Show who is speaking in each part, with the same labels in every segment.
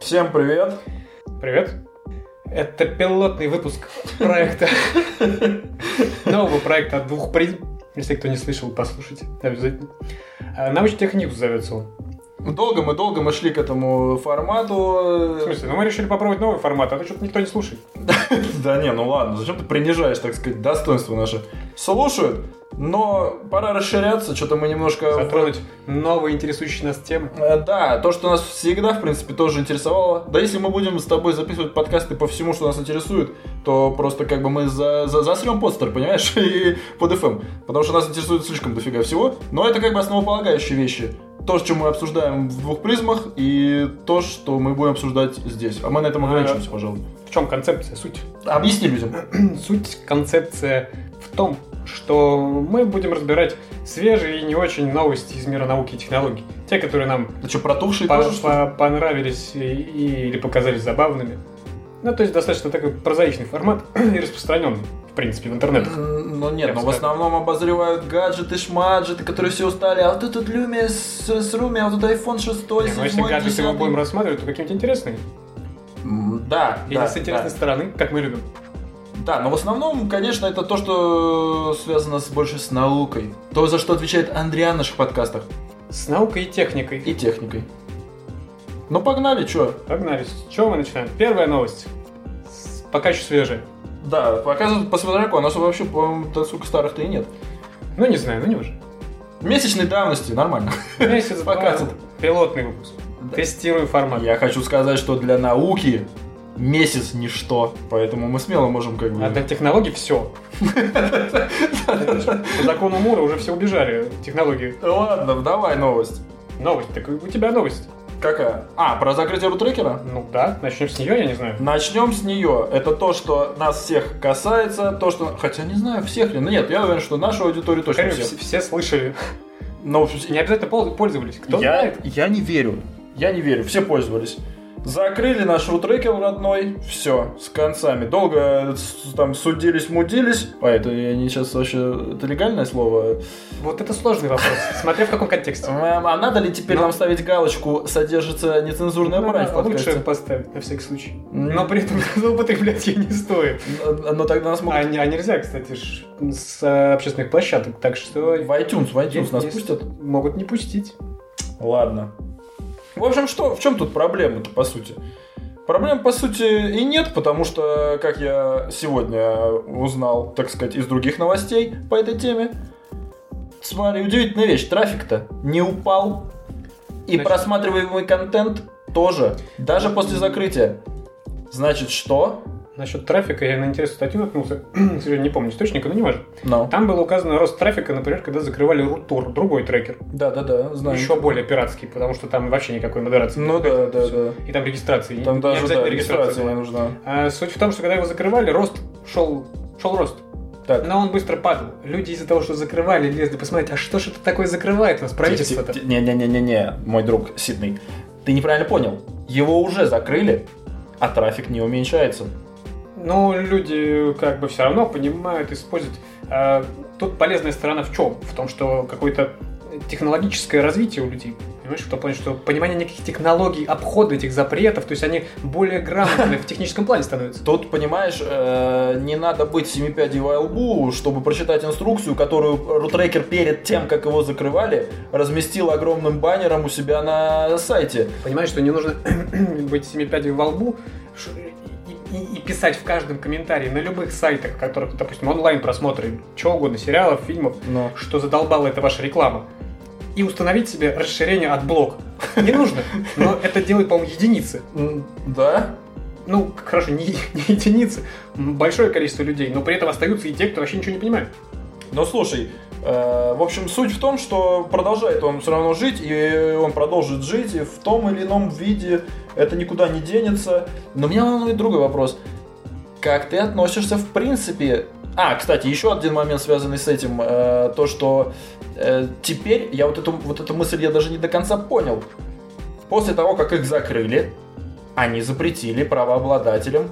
Speaker 1: Всем привет!
Speaker 2: Привет. Это пилотный выпуск проекта. Нового проекта от двух призм. Если кто не слышал, послушайте. Обязательно. А, Научный зовется он.
Speaker 1: Долго мы, долго мы шли к этому формату.
Speaker 2: В смысле, ну мы решили попробовать новый формат, а то что-то никто не слушает.
Speaker 1: Да не, ну ладно, зачем ты принижаешь, так сказать, достоинство наше? Слушают, но пора расширяться, что-то мы немножко... в-
Speaker 2: Затронуть новые интересующие нас темы.
Speaker 1: Э, Да, то, что нас всегда, в принципе, тоже интересовало. Да если мы будем с тобой записывать подкасты по всему, что нас интересует, то просто как бы мы за, за, засрем подстер, понимаешь, и под FM. Потому что нас интересует слишком дофига всего. Но это как бы основополагающие вещи. То, что мы обсуждаем в двух призмах, и то, что мы будем обсуждать здесь. А мы на этом
Speaker 2: Ага.
Speaker 1: ограничимся, пожалуй.
Speaker 2: В чем концепция, суть?
Speaker 1: Объясни людям.
Speaker 2: Суть, концепция в том, что мы будем разбирать свежие и не очень новости из мира науки и технологий. Те, которые нам
Speaker 1: Ты что, протухший
Speaker 2: по-
Speaker 1: тоже, что ли?
Speaker 2: по- понравились и- и- или показались забавными. Ну, то есть достаточно такой прозаичный формат и распространенный, в принципе, в интернетах.
Speaker 1: М, Ну
Speaker 2: Я
Speaker 1: нет,
Speaker 2: бы
Speaker 1: ну в
Speaker 2: сказал.
Speaker 1: основном обозревают гаджеты, шмаджеты, которые все устали. А вот этот Lumia с, с Руми, а вот этот iPhone 6, 7,
Speaker 2: Не, ну, если гаджеты мы будем рассматривать, то какие-нибудь интересные.
Speaker 1: М, Да,
Speaker 2: Или
Speaker 1: да,
Speaker 2: с интересной
Speaker 1: да.
Speaker 2: стороны, как мы любим.
Speaker 1: Да, но в основном, конечно, это то, что связано с, больше с наукой. То, за что отвечает Андриан в наших подкастах.
Speaker 2: С наукой и техникой.
Speaker 1: И техникой. Ну погнали, чё?
Speaker 2: Погнали. С чего мы начинаем? Первая новость. С- Пока еще свежая.
Speaker 1: Да, показывают по Сводораку, у нас вообще, по-моему, так сколько старых-то и нет.
Speaker 2: Ну, не знаю, ну не уже.
Speaker 1: Месячной давности, нормально.
Speaker 2: Месяц
Speaker 1: Пока
Speaker 2: пока. Пилотный выпуск.
Speaker 1: Да.
Speaker 2: Тестирую формат.
Speaker 1: Я хочу сказать, что для науки месяц ничто, поэтому мы смело можем как бы...
Speaker 2: А для технологий все. По закону Мура уже все убежали. Технологии.
Speaker 1: Ну Ладно, давай новость.
Speaker 2: Новость. Так у тебя новость.
Speaker 1: Какая? А, про закрытие рутрекера?
Speaker 2: Ну да, начнем с нее, я не знаю.
Speaker 1: Начнем с нее. Это то, что нас всех касается, то, что... Хотя не знаю, всех ли. Ну нет, я уверен, что нашу аудиторию точно
Speaker 2: Скорее, все,
Speaker 1: всех.
Speaker 2: все слышали.
Speaker 1: Но, в общем,
Speaker 2: Не обязательно пол- пользовались. Кто
Speaker 1: я,
Speaker 2: знает?
Speaker 1: я не верю. Я не верю. Все пользовались. Закрыли наш рутрекер родной. Все, с концами. Долго с- там судились, мудились. А это я не сейчас вообще... Это легальное слово?
Speaker 2: Вот это сложный вопрос. Смотря в каком контексте.
Speaker 1: Мэм, а надо ли теперь
Speaker 2: Ну.
Speaker 1: нам ставить галочку «Содержится нецензурная
Speaker 2: Ну,
Speaker 1: брань» в подкасте?
Speaker 2: лучше поставить, на всякий случай.
Speaker 1: М.
Speaker 2: Но при этом злоупотреблять ей не стоит.
Speaker 1: Но, но тогда нас могут...
Speaker 2: А, не- а нельзя, кстати, ж, с э, общественных площадок. Так что...
Speaker 1: В iTunes, в iTunes
Speaker 2: есть-
Speaker 1: нас
Speaker 2: есть-
Speaker 1: пустят.
Speaker 2: Могут не пустить.
Speaker 1: Ладно. В общем, что, в чем тут проблема-то, по сути? Проблем, по сути, и нет, потому что, как я сегодня узнал, так сказать, из других новостей по этой теме, смотри, удивительная вещь, трафик-то не упал, и
Speaker 2: Значит-
Speaker 1: просматриваемый контент тоже, даже после закрытия. Значит, что?
Speaker 2: Насчет трафика я на интересную статью наткнулся. К сожалению, не помню источника, но не важно.
Speaker 1: Ну.
Speaker 2: Там было указано рост трафика, например, когда закрывали Рутор, другой трекер.
Speaker 1: Да-да-да, знаю.
Speaker 2: Еще более пиратский, потому что там вообще никакой модерации.
Speaker 1: Ну да-да-да.
Speaker 2: И там регистрации.
Speaker 1: Там
Speaker 2: не
Speaker 1: даже
Speaker 2: обязательно
Speaker 1: да,
Speaker 2: регистрация.
Speaker 1: регистрация не нужна.
Speaker 2: А, суть в том, что когда его закрывали, рост шел, шел рост.
Speaker 1: Так.
Speaker 2: Но он быстро падал. Люди из-за того, что закрывали, лезли посмотреть, а что же это такое закрывает нас правительство-то?
Speaker 1: Не-не-не-не-не, мой друг Сидней. Ты неправильно понял. Его уже закрыли, а трафик не уменьшается.
Speaker 2: Но люди как бы все равно понимают, используют. А, тут полезная сторона в чем? В том, что какое-то технологическое развитие у людей. Понимаешь, в том плане, что понимание неких технологий, обхода этих запретов, то есть они более грамотны в техническом плане становятся.
Speaker 1: Тут, понимаешь, э, не надо быть семипядей во лбу, чтобы прочитать инструкцию, которую рутрекер перед тем, как его закрывали, разместил огромным баннером у себя на сайте.
Speaker 2: Понимаешь, что не нужно быть семипядей во лбу ш- и, и- и писать в каждом комментарии на любых сайтах, которых, допустим, онлайн просмотры чего угодно, сериалов, фильмов,
Speaker 1: Но.
Speaker 2: что задолбала эта ваша реклама. И установить себе расширение от блок. Не нужно, но это делают, по-моему, единицы.
Speaker 1: Да?
Speaker 2: Ну, хорошо, не, не единицы, м, большое количество людей, но при этом остаются и те, кто вообще ничего не понимает.
Speaker 1: Ну слушай, э, в общем, суть в том, что продолжает он все равно жить, и он продолжит жить и в том или ином виде, это никуда не денется. Но меня волнует другой вопрос. Как ты относишься в принципе... А, кстати, еще один момент, связанный с этим, э, то, что э, теперь, я вот эту, вот эту мысль я даже не до конца понял. После того, как их закрыли, они запретили правообладателям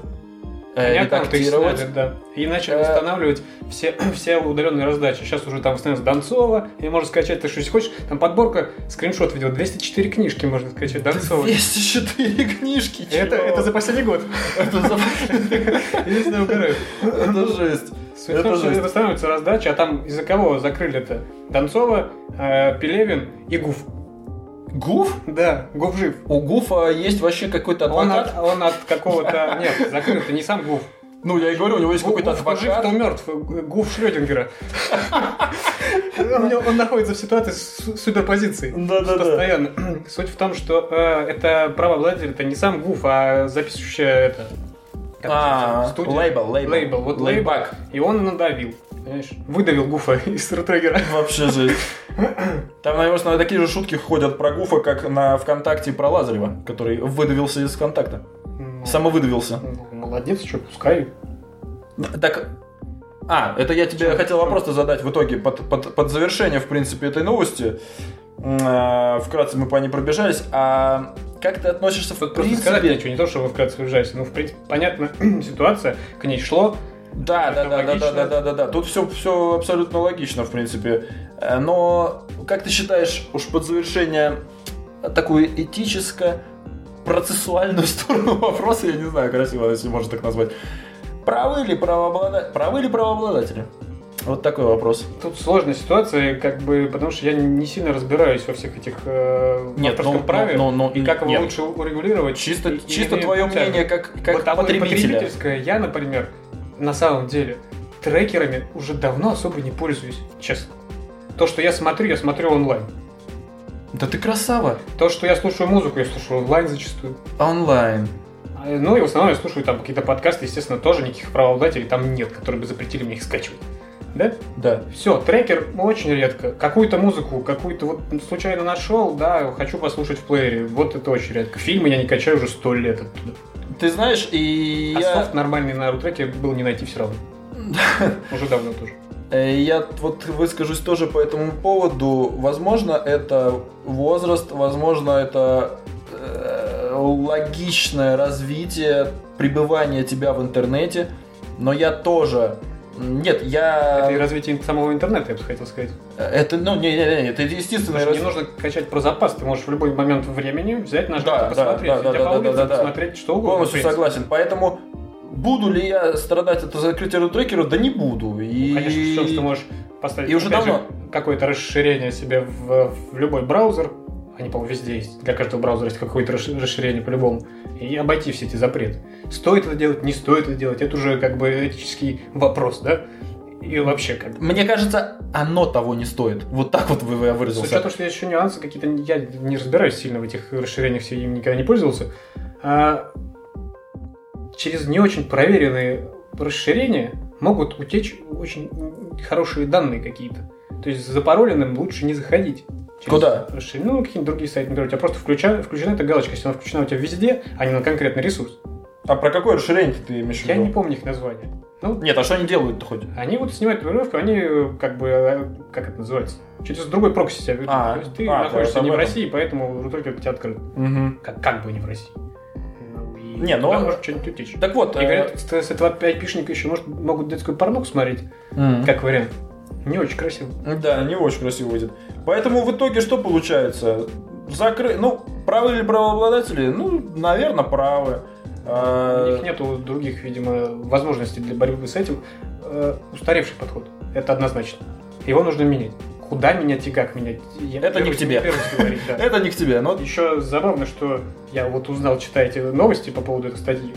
Speaker 1: э, редактировать.
Speaker 2: то есть, да, да. И начали
Speaker 1: Э,
Speaker 2: устанавливать все, все удаленные раздачи. Сейчас уже там становится Донцова, и можно скачать ты что если хочешь. Там подборка, скриншот видео, 204 книжки можно скачать Донцова.
Speaker 1: 204 книжки,
Speaker 2: Это,
Speaker 1: чего?
Speaker 2: это за последний год.
Speaker 1: Это за-
Speaker 2: Я не знаю, угораю.
Speaker 1: Это жесть.
Speaker 2: Совершенно
Speaker 1: жесть.
Speaker 2: восстанавливается раздача, а там из-за кого закрыли это? Донцова, э, Пелевин и Гуф.
Speaker 1: Гуф?
Speaker 2: Да, Гуф жив. А
Speaker 1: У Гуфа есть вообще какой-то
Speaker 2: Он
Speaker 1: адвокат?
Speaker 2: от, он от какого-то... Нет, закрыт, это не сам Гуф.
Speaker 1: Ну, я и говорю, у него есть какой-то
Speaker 2: Гуф кто жив, кто
Speaker 1: адвокат.
Speaker 2: мертв. Гуф Шрёдингера. У него- Он находится в ситуации с суперпозицией.
Speaker 1: Да-да-да.
Speaker 2: Постоянно. Суть в том, что э, это правообладатель, это не сам Гуф, а записывающая это... как
Speaker 1: А,
Speaker 2: это, студия.
Speaker 1: лейбл, лейбл.
Speaker 2: Лейбл, вот
Speaker 1: Лейбак.
Speaker 2: И он надавил, понимаешь? Выдавил Гуфа из Рутрегера.
Speaker 1: Вообще жесть. Там, наверное, такие же шутки ходят про Гуфа, как на ВКонтакте про Лазарева, который выдавился из ВКонтакта. Самовыдавился.
Speaker 2: Ну, Молодец, что, пускай.
Speaker 1: Так... А, это я тебе
Speaker 2: Чё?
Speaker 1: хотел
Speaker 2: Чё?
Speaker 1: вопрос задать в итоге, под, под- под завершение, в принципе, этой новости. М, а, Вкратце мы по ней пробежались. А как ты относишься, в
Speaker 2: Тут просто сказать
Speaker 1: принципе...
Speaker 2: нечего, не то, что вы вкратце выезжаете, но, в принципе, понятно, ситуация, к ней шло.
Speaker 1: Да, да, да,
Speaker 2: Это
Speaker 1: да, да,
Speaker 2: логично.
Speaker 1: да, да, да, да. Тут все, все абсолютно логично, в принципе. Э, Но как ты считаешь, уж под завершение такую этическо процессуальную сторону вопроса, я не знаю, красиво, если можно так назвать. Правы ли правообладатели? Правы ли правообладатели? Вот такой вопрос.
Speaker 2: Тут сложная ситуация, как бы, потому что я не сильно разбираюсь во всех этих э, в
Speaker 1: Нет,
Speaker 2: авторском
Speaker 1: ну,
Speaker 2: праве,
Speaker 1: ну, ну, ну,
Speaker 2: и как его
Speaker 1: нет.
Speaker 2: лучше урегулировать.
Speaker 1: Чисто,
Speaker 2: И- и
Speaker 1: чисто
Speaker 2: имею
Speaker 1: твое
Speaker 2: путями.
Speaker 1: мнение как, как
Speaker 2: Бытовое и
Speaker 1: потребителя.
Speaker 2: потребительское. Я, например, на самом деле трекерами уже давно особо не пользуюсь, честно. То, что я смотрю, я смотрю онлайн.
Speaker 1: Да ты красава.
Speaker 2: То, что я слушаю музыку, я слушаю онлайн зачастую.
Speaker 1: Онлайн.
Speaker 2: А, Ну и в основном я слушаю там какие-то подкасты, естественно, тоже никаких правообладателей там нет, которые бы запретили мне их скачивать. Да?
Speaker 1: Да.
Speaker 2: Все, трекер ну, очень редко. Какую-то музыку, какую-то вот случайно нашел, да, хочу послушать в плеере. Вот это очень редко. Фильмы я не качаю уже сто лет оттуда.
Speaker 1: Ты знаешь, и
Speaker 2: А
Speaker 1: я...
Speaker 2: софт нормальный на рутреке был не найти все равно. Уже давно тоже.
Speaker 1: Э, Я вот выскажусь тоже по этому поводу. Возможно, это возраст, возможно, это э, логичное развитие пребывания тебя в интернете, но я тоже... Нет,
Speaker 2: Это и
Speaker 1: я...
Speaker 2: развитие самого интернета, я бы хотел сказать.
Speaker 1: Это, ну, не, не, не, это
Speaker 2: Потому
Speaker 1: естественное
Speaker 2: что не
Speaker 1: развитие.
Speaker 2: нужно качать про запас, ты можешь в любой момент времени взять, нажать
Speaker 1: Да,
Speaker 2: и посмотреть.
Speaker 1: да, да,
Speaker 2: Идя
Speaker 1: да,
Speaker 2: по
Speaker 1: да,
Speaker 2: улице,
Speaker 1: да, да.
Speaker 2: посмотреть что угодно. в
Speaker 1: Полностью
Speaker 2: принципе.
Speaker 1: согласен. Поэтому буду ли я страдать от закрытия рутрекера? Да не буду. И...
Speaker 2: Ну, Конечно, все, что ты можешь поставить
Speaker 1: и уже
Speaker 2: опять же,
Speaker 1: давно.
Speaker 2: какое-то расширение себе в, в любой браузер. Они, по-моему, везде есть. Для каждого браузера есть какое-то расш- расширение по-любому. И обойти все эти запреты. Стоит это делать, не стоит это делать. Это уже как бы этический вопрос, да? И вообще как бы.
Speaker 1: Мне кажется, оно того не стоит. Вот так вот вы- я
Speaker 2: С
Speaker 1: выразился.
Speaker 2: учетом, а что есть еще нюансы какие-то, я не разбираюсь сильно в этих расширениях, все им никогда не пользовался. А через не очень проверенные расширения могут утечь очень хорошие данные какие-то. То есть за пароленным лучше не заходить. через
Speaker 1: Куда?
Speaker 2: расширение. Ну, какие-нибудь другие сайты, например, у тебя просто включа- включена эта галочка, если она включена у тебя везде, а не на конкретный ресурс.
Speaker 1: А про какое расширение ты имеешь в
Speaker 2: Я
Speaker 1: виду?
Speaker 2: не помню их название. Ну,
Speaker 1: Нет, а что они делают-то хоть?
Speaker 2: они вот снимают дублировку, они э, как бы, э, как это называется, через другой прокси себя ведут.
Speaker 1: А,
Speaker 2: То есть ты
Speaker 1: а, да,
Speaker 2: находишься
Speaker 1: это
Speaker 2: не
Speaker 1: об
Speaker 2: в
Speaker 1: этом.
Speaker 2: России, поэтому рутрекер у тебя открыт. Как, как бы не в России. Ну, и
Speaker 1: Не, ну-
Speaker 2: туда может что-нибудь утечь.
Speaker 1: Так вот, э,
Speaker 2: И говорят, что с этого айпишника еще может, могут детскую порнуху смотреть, как вариант. Не очень красиво.
Speaker 1: «Ну да, не очень красиво выйдет. Поэтому в итоге что получается? Закры... Ну, правы ли правообладатели? Ну, наверное, правы.
Speaker 2: У
Speaker 1: А,
Speaker 2: них нету других, видимо, возможностей для борьбы с этим. Э, устаревший подход. Это однозначно. Его нужно менять. Куда менять и как менять? Я
Speaker 1: Это не к
Speaker 2: первый-
Speaker 1: тебе.
Speaker 2: первый говорить, да.
Speaker 1: Это не к тебе, но...
Speaker 2: Еще забавно, что я вот узнал, читая эти новости по поводу этой статьи,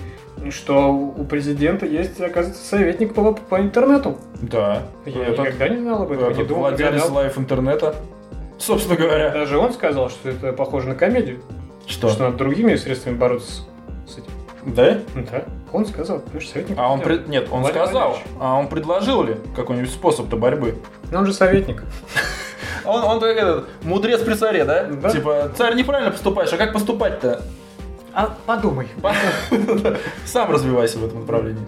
Speaker 2: что у президента есть, оказывается, советник по, по интернету.
Speaker 1: Да.
Speaker 2: Я
Speaker 1: Этот-
Speaker 2: никогда не знал об этом, не
Speaker 1: этот
Speaker 2: думал, не
Speaker 1: владелец
Speaker 2: гадал.
Speaker 1: лайф интернета. Собственно говоря.
Speaker 2: Даже он сказал, что это похоже на комедию, что надо другими средствами бороться с с этим.
Speaker 1: Да?
Speaker 2: Да, он сказал, потому что советник.
Speaker 1: А он...
Speaker 2: президента.
Speaker 1: пред- Нет, он
Speaker 2: Владимир
Speaker 1: сказал.
Speaker 2: Владимирович.
Speaker 1: А он предложил ли какой-нибудь способ-то борьбы? А
Speaker 2: Но он же советник.
Speaker 1: Он, он как этот, мудрец при царе, да?
Speaker 2: Да.
Speaker 1: Типа, царь неправильно поступаешь, а как поступать-то?
Speaker 2: А подумай.
Speaker 1: Сам развивайся в этом направлении.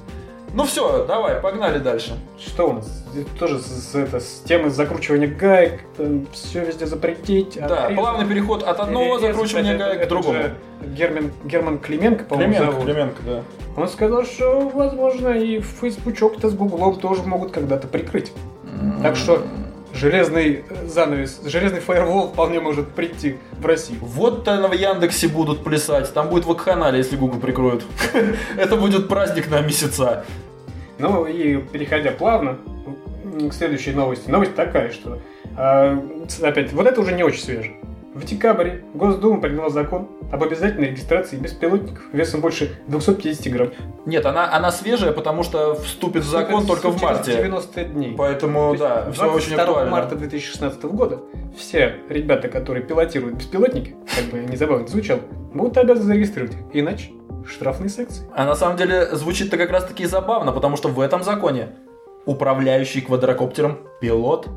Speaker 1: Ну все, давай, погнали дальше.
Speaker 2: Что у нас? Тоже с, с- это, с темы закручивания гаек, все везде запретить.
Speaker 1: да,
Speaker 2: отрезать.
Speaker 1: плавный переход от одного
Speaker 2: Перерезать,
Speaker 1: закручивания
Speaker 2: Э, это-
Speaker 1: гаек к
Speaker 2: это
Speaker 1: другому.
Speaker 2: же Герман, Герман Клименко, по-моему, зовут.
Speaker 1: Клименко, да.
Speaker 2: Он сказал, что, возможно, и Фейсбучок-то с Гуглом тоже могут когда-то прикрыть. Так что железный э, занавес, железный фаервол вполне может прийти в Россию.
Speaker 1: Вот то в Яндексе будут плясать, там будет вакханалия, если Google прикроют. Это будет праздник на месяца.
Speaker 2: Ну и переходя плавно к следующей новости. Новость такая, что а, опять, вот это уже не очень свеже. В декабре Госдума приняла закон об обязательной регистрации беспилотников весом больше 250 грамм.
Speaker 1: Нет, она, она свежая, потому что вступит в закон только в
Speaker 2: Через
Speaker 1: марте.
Speaker 2: 90 дней.
Speaker 1: Поэтому,
Speaker 2: То
Speaker 1: Ну да,
Speaker 2: есть
Speaker 1: все очень
Speaker 2: 22
Speaker 1: актуально.
Speaker 2: марта 2016 года все ребята, которые пилотируют беспилотники, как бы не забавно это звучало, будут обязаны зарегистрировать. Иначе штрафные секции.
Speaker 1: А на самом деле звучит-то как раз-таки и забавно, потому что в этом законе управляющий квадрокоптером пилот.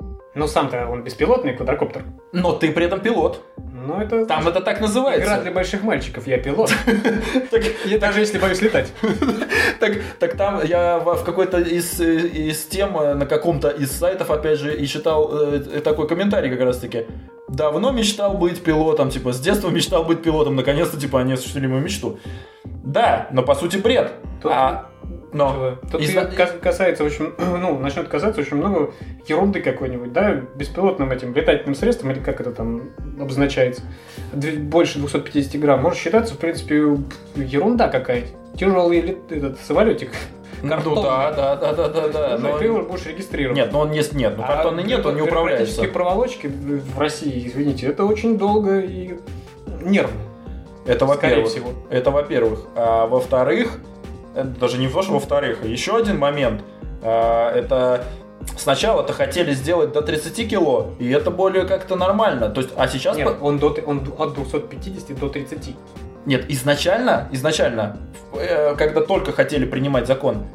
Speaker 2: Но Ну, сам-то он беспилотный квадрокоптер.
Speaker 1: Но ты при этом пилот.
Speaker 2: Но это
Speaker 1: Там это так называется.
Speaker 2: игра для больших мальчиков. Я пилот.
Speaker 1: Так,
Speaker 2: Я даже если боюсь летать.
Speaker 1: так, так там я в в какой-то из, э, из тем, э, на каком-то из сайтов, опять же, и читал э, такой комментарий как раз-таки. Давно мечтал быть пилотом, типа, с детства мечтал быть пилотом, наконец-то, типа, они осуществили мою мечту. Да, но по сути бред.
Speaker 2: Тут-
Speaker 1: А, но...
Speaker 2: Э, Тут
Speaker 1: из-
Speaker 2: и кас- касается очень, ну, начнет касаться очень много ерунды какой-нибудь, да, беспилотным этим летательным средством, или как это там обозначается, Две- больше 250 грамм, может считаться, в принципе, ерунда какая-то. Тяжелый лет- этот самолетик.
Speaker 1: Ну, да, да, да, да, да, да.
Speaker 2: Ну, и
Speaker 1: но-
Speaker 2: ты его будешь регистрировать.
Speaker 1: Нет, но он есть, нет, ну
Speaker 2: А
Speaker 1: картонный нет, он не
Speaker 2: бюро-
Speaker 1: управляется.
Speaker 2: бюрократические проволочки в в России, извините, это очень долго и нервно,
Speaker 1: Это
Speaker 2: скорее
Speaker 1: во-первых.
Speaker 2: всего.
Speaker 1: Это во-первых. А во-вторых, это даже не то, что во-вторых, а еще один момент. А, это сначала-то хотели сделать до 30 кило, и это более как-то нормально. То есть, а сейчас...
Speaker 2: Нет,
Speaker 1: по-
Speaker 2: он, до, т- он от 250 до 30.
Speaker 1: Нет, изначально, изначально, э, когда только хотели принимать закон,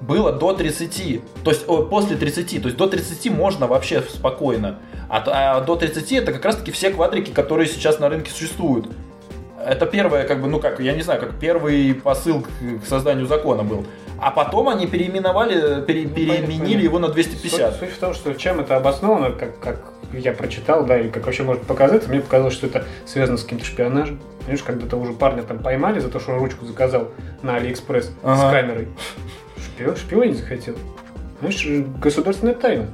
Speaker 1: было до 30. То есть, о, после 30. То есть, до 30 можно вообще спокойно. А, т- а до 30 это как раз-таки все квадрики, которые сейчас на рынке существуют. Это первое, как бы, ну как, я не знаю, как первый посыл к, к созданию закона был. А потом они переименовали, пере-
Speaker 2: Ну, понятно,
Speaker 1: переименили его на
Speaker 2: Суть,
Speaker 1: 250.
Speaker 2: суть в том, что чем это обосновано, как, как я прочитал, да, или как вообще может показаться, мне показалось, что это связано с каким-то шпионажем. Понимаешь, когда того же парня там поймали за то, что он ручку заказал на Алиэкспресс
Speaker 1: Ага.
Speaker 2: с камерой. Шпион, шпионить захотел. Знаешь, государственная тайна.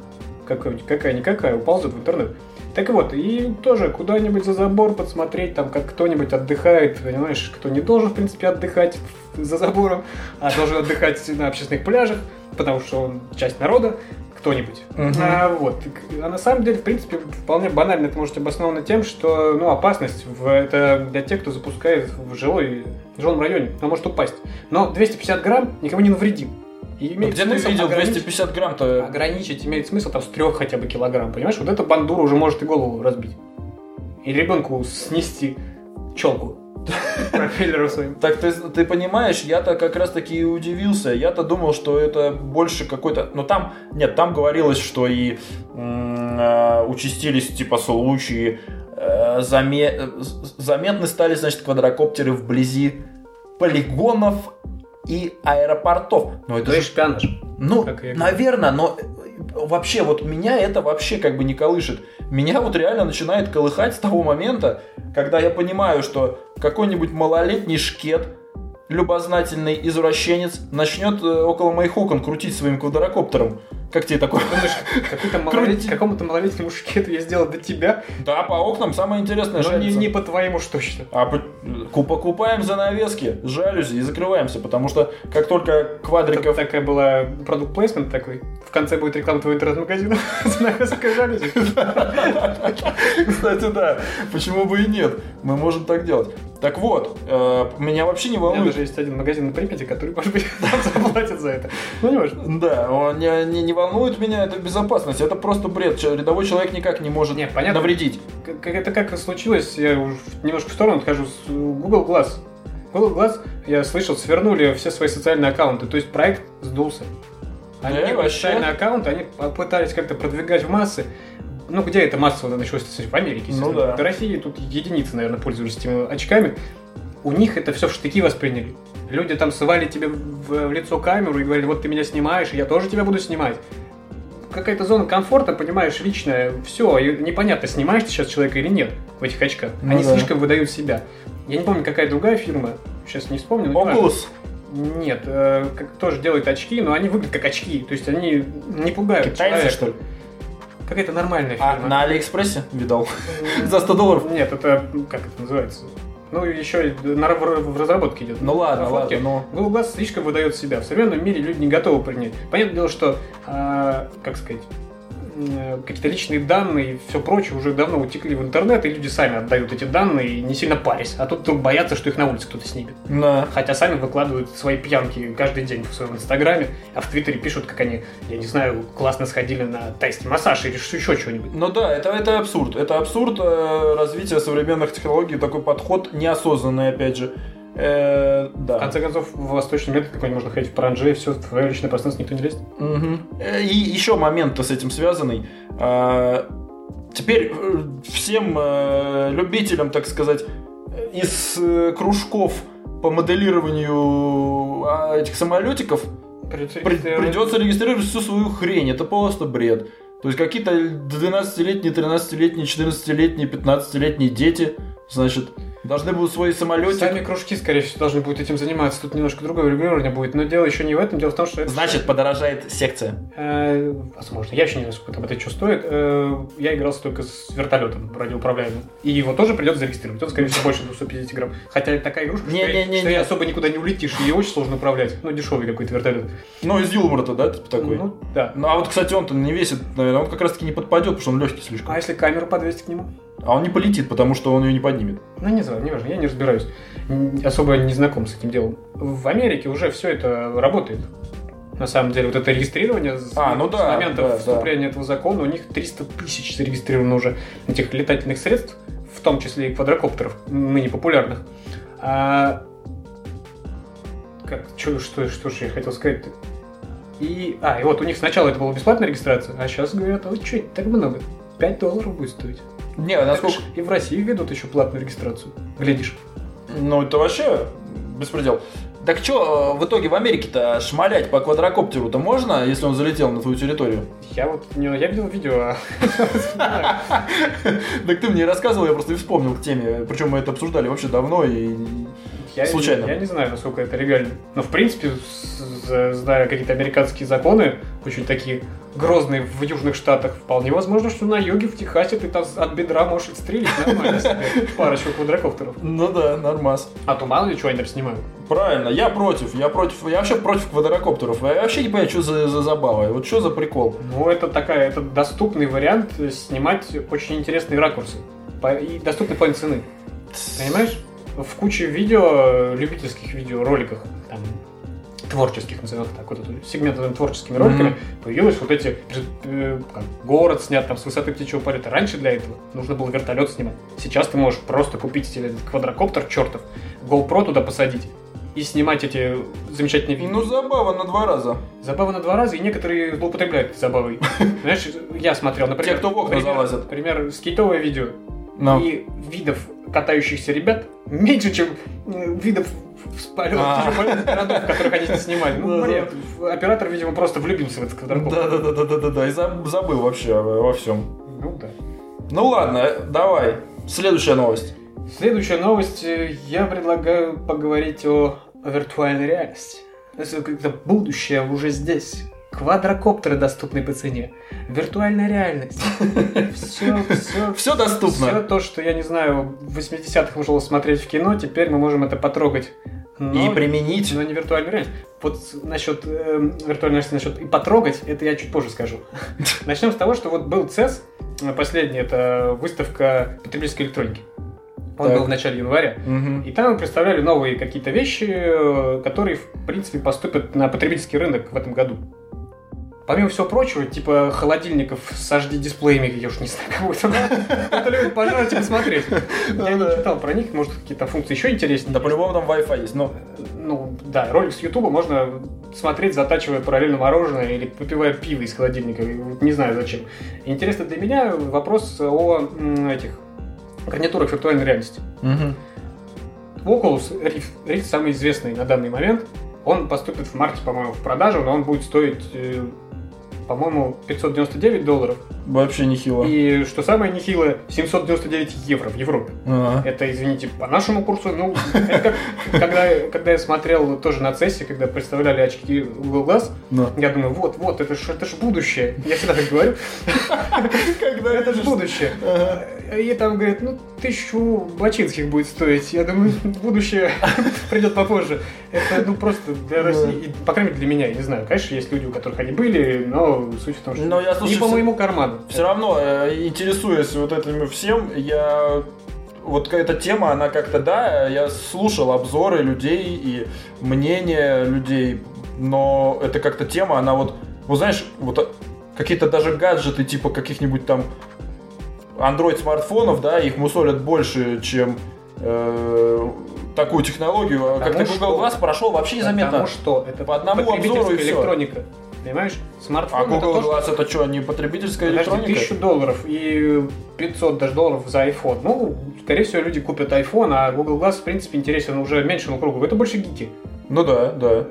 Speaker 2: Какая- Какая-никакая, уползет в интернет. Так вот, и тоже куда-нибудь за забор подсмотреть, там, как кто-нибудь отдыхает, понимаешь, кто не должен, в принципе, отдыхать за забором, а должен отдыхать на общественных пляжах, потому что он часть народа, кто-нибудь.
Speaker 1: Мгм.
Speaker 2: А, вот. Так, А на самом деле, в принципе, вполне банально это может быть обосновано тем, что ну, опасность в, это для тех, кто запускает в жилой, в жилом районе. Она может упасть. Но 250 грамм никому не навредит. И
Speaker 1: Ну,
Speaker 2: имеет
Speaker 1: Где ты
Speaker 2: смысл
Speaker 1: видел
Speaker 2: ограничить-
Speaker 1: 250 грамм-то?
Speaker 2: ограничить имеет смысл там с трех хотя бы килограмм, понимаешь? Вот эта бандура уже может и голову разбить. И ребенку снести челку пропеллером своим.
Speaker 1: Так ты, ты понимаешь, я-то как раз таки и удивился. Я-то думал, что это больше какой-то... Но там... Нет, там говорилось, что и м, э, участились типа случаи. э, заме- э, с- Заметны стали, значит, квадрокоптеры вблизи полигонов и аэропортов. Но это
Speaker 2: Это же
Speaker 1: же...
Speaker 2: шпионаж.
Speaker 1: Ну,
Speaker 2: как я говорю.
Speaker 1: наверное, но э, вообще вот меня это вообще как бы не колышет. Меня вот реально начинает колыхать с того момента, когда я понимаю, что какой-нибудь малолетний шкет, любознательный извращенец, начнет э, около моих окон крутить своим квадрокоптером. Как тебе такое?
Speaker 2: Думаешь, какой-то малолет-
Speaker 1: Крути.
Speaker 2: какому-то малолетнему шкету я сделал до тебя,
Speaker 1: Да, по окнам самое интересное.
Speaker 2: но Ну, не,
Speaker 1: шарится.
Speaker 2: не по твоему уж точно.
Speaker 1: А по- ку- покупаем занавески, жалюзи и закрываемся, потому что как только
Speaker 2: Это
Speaker 1: квадриков...
Speaker 2: такая была продукт плейсмент такой. В конце будет реклама твоего интернет-магазина. С навеской жалюзи.
Speaker 1: Кстати, да, почему бы и нет? Мы можем так делать. Так вот, э, меня вообще не
Speaker 2: У меня
Speaker 1: волнует,
Speaker 2: даже есть один магазин на Припяти, который, может быть, нам заплатит за это. Ну, не важно.
Speaker 1: Да, он не, не- не волнует меня эта безопасность. Это просто бред. Че- Рядовой человек никак не может
Speaker 2: Не, понятно.
Speaker 1: навредить.
Speaker 2: Как- как- это как случилось, я уж немножко в сторону отхожу, с Google Glass. Google Glass, я слышал, свернули все свои социальные аккаунты, то есть проект сдулся. Они
Speaker 1: Да,
Speaker 2: их
Speaker 1: вообще.
Speaker 2: социальные аккаунты, они попытались как-то продвигать в массы. Ну, где это массово началось? В Америке,
Speaker 1: Ну
Speaker 2: естественно.
Speaker 1: да.
Speaker 2: В России тут единицы, наверное, пользовались этими очками. У них это все в штыки восприняли. Люди там сывали тебе в, в лицо камеру и говорили, вот ты меня снимаешь, и я тоже тебя буду снимать. Какая-то зона комфорта, понимаешь, личная, все, и непонятно, снимаешь ты сейчас человека или нет в этих очках.
Speaker 1: Ну
Speaker 2: Они
Speaker 1: да.
Speaker 2: слишком выдают себя. Я не помню, какая другая фирма, сейчас не вспомню. но неважно.
Speaker 1: Oculus.
Speaker 2: Нет, э, как- тоже делают очки, но они выглядят как очки, то есть они не пугают человека.
Speaker 1: что ли?
Speaker 2: Какая-то нормальная
Speaker 1: А,
Speaker 2: фирма.
Speaker 1: на Алиэкспрессе видал. За 100 долларов.
Speaker 2: Нет, это как это называется? Ну, еще и на, в, в разработке идет.
Speaker 1: Ну ладно,
Speaker 2: На
Speaker 1: ладно,
Speaker 2: фотке.
Speaker 1: но...
Speaker 2: Google Glass слишком выдает себя. В современном мире люди не готовы принять. Понятное дело, что, а, как сказать, м, э, какие-то личные данные и все прочее уже давно утекли в интернет, и люди сами отдают эти данные и не сильно парясь. А тут вдруг боятся, что их на улице кто-то снимет.
Speaker 1: Да.
Speaker 2: Хотя сами выкладывают свои пьянки каждый день в своем инстаграме, а в твиттере пишут, как они, я не знаю, классно сходили на тайский массаж или ш- еще чего-нибудь.
Speaker 1: Ну да, это, это абсурд. Это абсурд э, развития современных технологий, такой подход неосознанный, опять же. Э, да.
Speaker 2: В конце концов, в восточный метод какой-нибудь можно ходить в паранже, и все, в твое личное пространство никто не лезет.
Speaker 1: Мгм. Э, И еще момент с этим связанный. А, Теперь э, всем э, любителям, так сказать, э, из э, кружков по моделированию а, этих самолетиков
Speaker 2: Придется,
Speaker 1: при- придется регистрировать всю свою хрень. Это просто бред. То есть какие-то 12-летние, 13-летние, 14-летние, 15-летние дети, значит, должны будут свои самолетики.
Speaker 2: Сами кружки, скорее всего, должны будут этим заниматься. Тут немножко другое регулирование будет. Но дело еще не в этом. Дело в том, что это...
Speaker 1: Значит, подорожает секция.
Speaker 2: э, возможно. Я еще не знаю, сколько там это что стоит. Э, я игрался только с вертолетом радиоуправляемым. И его тоже придется зарегистрировать. Он, скорее всего, больше 250 грамм. Хотя это такая игрушка, что, я-
Speaker 1: Не-не-не-не.
Speaker 2: что я особо никуда не улетишь. Ее очень сложно управлять. Ну, дешевый какой-то вертолет.
Speaker 1: Ну, из юмора-то, да, типа такой?
Speaker 2: Ну, да.
Speaker 1: Ну, а вот, кстати, он-то не весит, наверное, он как раз-таки не подпадет, потому что он легкий слишком.
Speaker 2: А если камеру подвесить к нему?
Speaker 1: А он не полетит, потому что он ее не поднимет.
Speaker 2: Ну, не знаю, неважно, я не разбираюсь. Н- Особо не знаком с этим делом. В Америке уже все это работает. На самом деле, вот это регистрирование с-
Speaker 1: А, ну да,
Speaker 2: с момента
Speaker 1: да, да.
Speaker 2: вступления этого закона, у них 300 тысяч зарегистрировано уже этих летательных средств, в том числе и квадрокоптеров, ныне популярных. А... Как, чё- что, что же я хотел сказать-то? И, а, и вот у них сначала это была бесплатная регистрация, а сейчас говорят, а вот что, так много, 5 долларов будет стоить.
Speaker 1: Не, а насколько...
Speaker 2: Так ж И в России ведут еще платную регистрацию. Глядишь.
Speaker 1: Ну, это вообще беспредел. Так что, в итоге в Америке-то шмалять по квадрокоптеру-то можно, если он залетел на твою территорию?
Speaker 2: Я вот не, я видел видео, а
Speaker 1: Так ты мне рассказывал, я просто и вспомнил к теме. Причем мы это обсуждали вообще давно и...
Speaker 2: я,
Speaker 1: Случайно.
Speaker 2: я не знаю, насколько это легально. Но в принципе, с- з- зная какие-то американские законы, очень такие грозные в южных штатах, вполне возможно, что на юге в Техасе ты там с- от бедра можешь отстрелить нормально себе парочку квадрокоптеров.
Speaker 1: Ну да, нормас.
Speaker 2: А то мало ли чего они там снимают.
Speaker 1: Правильно, я против, я против, я вообще против квадрокоптеров. Я вообще не понимаю, что за, за забава, вот что за прикол.
Speaker 2: Ну, это такая, это доступный вариант снимать очень интересные ракурсы. По- И доступный плане цены. Понимаешь? В куче видео, э, любительских видеороликах, там, творческих, назовем это так, вот этот сегмент наверное, творческими роликами, появилось вот эти, э, как, город снят там с высоты птичьего полета. Раньше для этого нужно было вертолет снимать. Сейчас ты можешь просто купить себе этот квадрокоптер чертов, GoPro туда посадить и снимать эти замечательные видео.
Speaker 1: Ну, забава на два раза.
Speaker 2: Забава на два раза, и некоторые злоупотребляют этой забавой. Знаешь, я смотрел, например...
Speaker 1: Те, кто в окна
Speaker 2: пример-
Speaker 1: залазят.
Speaker 2: Пример, скейтовое видео.
Speaker 1: Ну.
Speaker 2: И видов катающихся ребят меньше, чем э, видов с полёта,
Speaker 1: А.
Speaker 2: городов, которых они снимали. Ну,
Speaker 1: Да-да.
Speaker 2: бред. Оператор, видимо, просто влюбился в этот квадрокоптер.
Speaker 1: Да, да, да, да, да, да, да. И заб- забыл вообще обо обо всем.
Speaker 2: Ну да.
Speaker 1: Ну ладно, давай. Следующая новость.
Speaker 2: Следующая новость. э, Я предлагаю поговорить о виртуальной реальности. Это как-то будущее уже здесь. Квадрокоптеры доступны по цене. Виртуальная реальность. Все, все,
Speaker 1: Все доступно.
Speaker 2: Все то, что, я не знаю, в 80-х можно было смотреть в кино, теперь мы можем это потрогать. Но,
Speaker 1: И применить. э,
Speaker 2: но Ну, не виртуальную реальность. Вот с- насчет э, виртуальной реальности, насчет и потрогать, это я чуть позже скажу. Начнем с того, что вот был CES, э, последний, это выставка потребительской электроники. Он
Speaker 1: Так.
Speaker 2: был в начале января.
Speaker 1: Мгм.
Speaker 2: И там представляли новые какие-то вещи, э, которые, в принципе, поступят на потребительский рынок в этом году. Помимо всего прочего, типа холодильников с HD-дисплеями, я уж не знаю, кого это надо. любит пожарить и посмотреть. Я не читал про них, может, какие-то функции еще интереснее.
Speaker 1: Ну Да по-любому там Wi-Fi есть, но...
Speaker 2: Ну, да, ролик с Ютуба можно смотреть, затачивая параллельно мороженое или попивая пиво из холодильника. И вот Не знаю зачем. Интересно для меня вопрос о м, этих гарнитурах виртуальной реальности. Oculus Rift, Rift самый известный на данный момент. Он поступит в марте, по-моему, в продажу, но он будет стоить, э, по-моему, 599 долларов.
Speaker 1: Вообще нехило.
Speaker 2: И что самое нехилое, 799 евро в Европе.
Speaker 1: Ага.
Speaker 2: Это, извините, по нашему курсу, ну, это как, когда, когда я смотрел тоже на CES, когда представляли очки Google Glass,
Speaker 1: Да.
Speaker 2: я думаю, вот, вот, это же это ж будущее. Я всегда так говорю. Это же будущее.
Speaker 1: Ага.
Speaker 2: И там, говорит, ну, тысячу бачинских будет стоить. Я думаю, будущее придет попозже. Это, ну, просто для
Speaker 1: Да.
Speaker 2: России, и, по крайней мере, для меня, я не знаю. Конечно, есть люди, у которых они были, но суть в том, что
Speaker 1: Но я, слушай,
Speaker 2: не по
Speaker 1: всё-
Speaker 2: моему карману.
Speaker 1: Все равно, э, интересуясь вот этим всем, я вот эта тема, она как-то, да, я слушал обзоры людей и мнения людей, но это как-то тема, она вот, вот знаешь, вот а, какие-то даже гаджеты, типа каких-нибудь там Android смартфонов, да, их мусолят больше, чем э, такую технологию, а
Speaker 2: Потому
Speaker 1: как-то Google
Speaker 2: что-
Speaker 1: Glass прошел вообще незаметно.
Speaker 2: Потому что это
Speaker 1: По одному
Speaker 2: потребительская
Speaker 1: обзору и всё.
Speaker 2: электроника. Понимаешь? Смартфон
Speaker 1: А
Speaker 2: это то,
Speaker 1: Google
Speaker 2: что-
Speaker 1: Glass это что, не потребительская
Speaker 2: Подожди,
Speaker 1: электроника?
Speaker 2: 1000 долларов и 500 даже долларов за iPhone. Ну, скорее всего, люди купят iPhone, а Google Glass, в принципе, интересен уже меньшему кругу. Это больше гики.
Speaker 1: Ну да, да.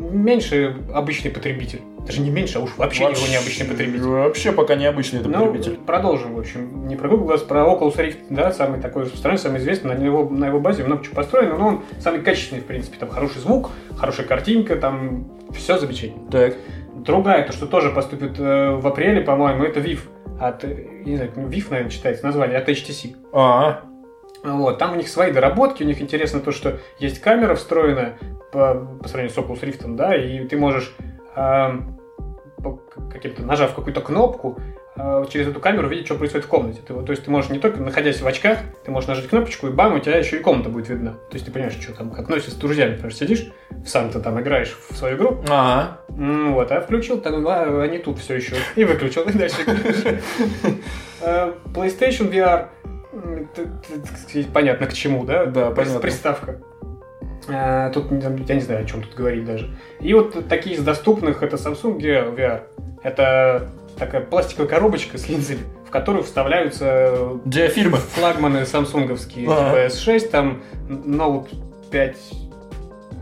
Speaker 2: Меньше обычный потребитель. Даже не меньше, а уж вообще, его не обычный потребитель.
Speaker 1: Вообще пока необычный это
Speaker 2: Ну,
Speaker 1: потребитель.
Speaker 2: продолжим, в общем. Не про Google Glass, а про Oculus Rift, да, самый такой распространенный, самый известный. На, него, на его базе много чего построено, но он самый качественный, в принципе. Там хороший звук, хорошая картинка, там все замечательно.
Speaker 1: Так.
Speaker 2: Другая, то, что тоже поступит э, в апреле, по-моему, это VIF. От, э, не знаю, VIF, наверное, читается название, от HTC.
Speaker 1: А,
Speaker 2: Вот, там у них свои доработки, у них интересно то, что есть камера встроенная по, по сравнению с Oculus Rift, да, и ты можешь эм, по- к- каким-то, нажав какую-то кнопку, э, через эту камеру видеть, что происходит в комнате. Ты вот- то есть ты можешь не только находясь в очках, ты можешь нажать кнопочку, и бам, у тебя еще и комната будет видна. То есть ты понимаешь, что там, как носишь с друзьями, потому что сидишь, сам ты там играешь в свою игру,
Speaker 1: а.
Speaker 2: М, Вот, а включил, там, а, они тут все еще. И выключил, и дальше играешь. Э, PlayStation VR, м, т- т- так сказать, понятно к чему, да?
Speaker 1: Да,
Speaker 2: Прис-
Speaker 1: понятно.
Speaker 2: Приставка. Э, Тут не знаю, я не знаю, о чем тут говорить даже. И вот такие из доступных это Samsung VR. Это такая пластиковая коробочка с линзами, в которую вставляются
Speaker 1: Диафильмы.
Speaker 2: флагманы самсунговские,
Speaker 1: Ага.
Speaker 2: типа S6, там Note 5,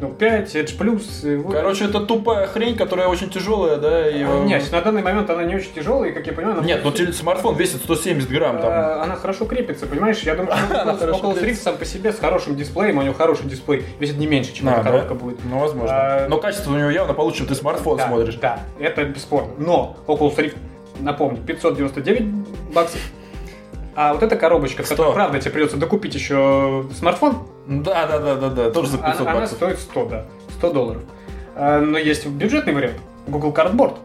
Speaker 2: ну, 5, Edge Plus. и вот.
Speaker 1: Короче, это тупая хрень, которая очень тяжелая, да, и...
Speaker 2: А, Нет, на данный момент она не очень тяжелая, и, как я понимаю, она...
Speaker 1: Нет, ну теле- смартфон весит 170 грамм там.
Speaker 2: а, Она хорошо крепится, понимаешь? Я думаю, что
Speaker 1: Она
Speaker 2: Oculus-
Speaker 1: хорошо
Speaker 2: Oculus Rift
Speaker 1: крепится.
Speaker 2: сам по себе с хорошим дисплеем, а у него хороший дисплей, весит не меньше, чем
Speaker 1: А,
Speaker 2: эта
Speaker 1: да?
Speaker 2: коробка будет.
Speaker 1: Ну, возможно.
Speaker 2: а-
Speaker 1: Но качество у него явно получше, чем ты смартфон
Speaker 2: да,
Speaker 1: смотришь.
Speaker 2: Да, это бесспорно. Но Oculus Rift, напомню, 599 баксов. А вот эта коробочка, в
Speaker 1: Сто.
Speaker 2: которой, правда, тебе придется докупить еще смартфон,
Speaker 1: Да, да, да, да, да, тоже за 500
Speaker 2: она, она
Speaker 1: баксов.
Speaker 2: стоит 100, да, 100 долларов. А, Но есть бюджетный вариант, Google Cardboard.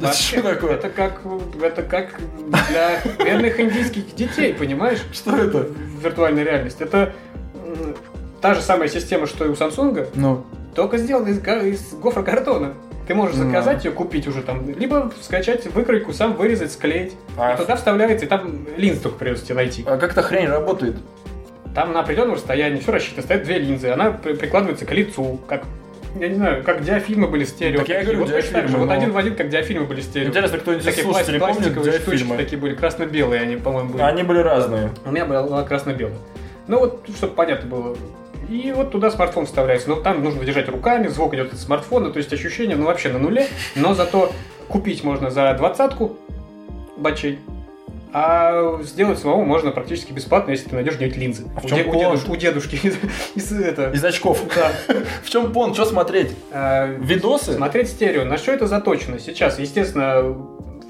Speaker 1: Да
Speaker 2: Вообще,
Speaker 1: что такое?
Speaker 2: Это как, это как для бедных индийских детей, понимаешь?
Speaker 1: Что это?
Speaker 2: Виртуальная реальность. Это м, та же самая система, что и у Самсунга,
Speaker 1: Ну,
Speaker 2: только сделана из, га- из гофрокартона. Ты можешь
Speaker 1: Да.
Speaker 2: заказать ее, купить уже там, либо скачать выкройку, сам вырезать, склеить.
Speaker 1: а,
Speaker 2: И туда вставляется, и там линз только придется тебе найти.
Speaker 1: а как эта хрень работает?
Speaker 2: Там на определенном расстоянии все рассчитано, стоят две линзы, она при- прикладывается к лицу, как я не знаю, как диафильмы были стерео.
Speaker 1: Так я и
Speaker 2: такие.
Speaker 1: говорю,
Speaker 2: вот точно так же,
Speaker 1: диафильмы,
Speaker 2: вот
Speaker 1: но- Ну,
Speaker 2: один в один, как диафильмы были стерео.
Speaker 1: Интересно, кто-нибудь из
Speaker 2: Э, Такие пласт-
Speaker 1: слушателей помнит
Speaker 2: пластиковые штучки
Speaker 1: диафильмы?
Speaker 2: такие были, красно-белые они, по-моему, были.
Speaker 1: Они были разные.
Speaker 2: У меня была красно-белая. Ну вот, чтобы понятно было. И вот туда смартфон вставляется. Но там нужно держать руками, звук идет от смартфона, то есть ощущение, ну вообще на нуле. Но зато купить можно за двадцатку бачей. А сделать самому можно практически бесплатно, если ты найдешь где-нибудь линзы.
Speaker 1: А в
Speaker 2: у,
Speaker 1: чем
Speaker 2: де- у
Speaker 1: план?
Speaker 2: дедуш- у дедушки из, из это.
Speaker 1: Из очков.
Speaker 2: Да.
Speaker 1: В чем пон? Что смотреть?
Speaker 2: А,
Speaker 1: Видосы?
Speaker 2: Смотреть стерео. На что это заточено? Сейчас, естественно,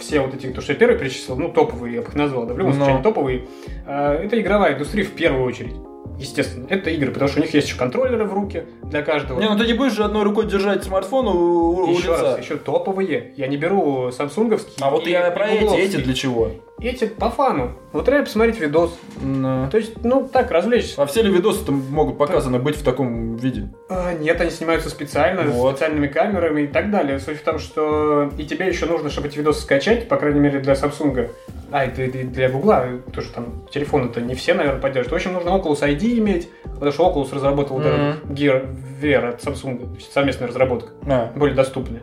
Speaker 2: все вот эти, то, что я первый перечислил, ну, топовые, я бы их назвал, да, в любом
Speaker 1: Но.
Speaker 2: случае, они топовые. А, Это игровая индустрия в первую очередь. Естественно, это игры, потому что у них есть еще контроллеры в руке для каждого.
Speaker 1: Не, ну ты не будешь же одной рукой держать смартфон у, у- у
Speaker 2: еще
Speaker 1: лица.
Speaker 2: раз, еще топовые. Я не беру самсунговские.
Speaker 1: А вот
Speaker 2: и-
Speaker 1: я
Speaker 2: и
Speaker 1: про эти,
Speaker 2: гугловские.
Speaker 1: эти для чего?
Speaker 2: Эти по фану. Вот реально посмотреть видос. То есть, ну, так, развлечься.
Speaker 1: А все ли видосы там могут показаны быть в таком виде?
Speaker 2: А, Нет, они снимаются специально,
Speaker 1: Вот.
Speaker 2: с специальными камерами и так далее. Суть в том, что и тебе еще нужно, чтобы эти видосы скачать, по крайней мере, для Samsung. А, и для- и для Гугла, тоже там телефоны-то не все, наверное, поддерживают. В общем, нужно Oculus ID иметь, потому что Oculus разработал вот этот
Speaker 1: Мгм.
Speaker 2: Gear VR от Samsung, то есть совместная разработка,
Speaker 1: А,
Speaker 2: более доступная.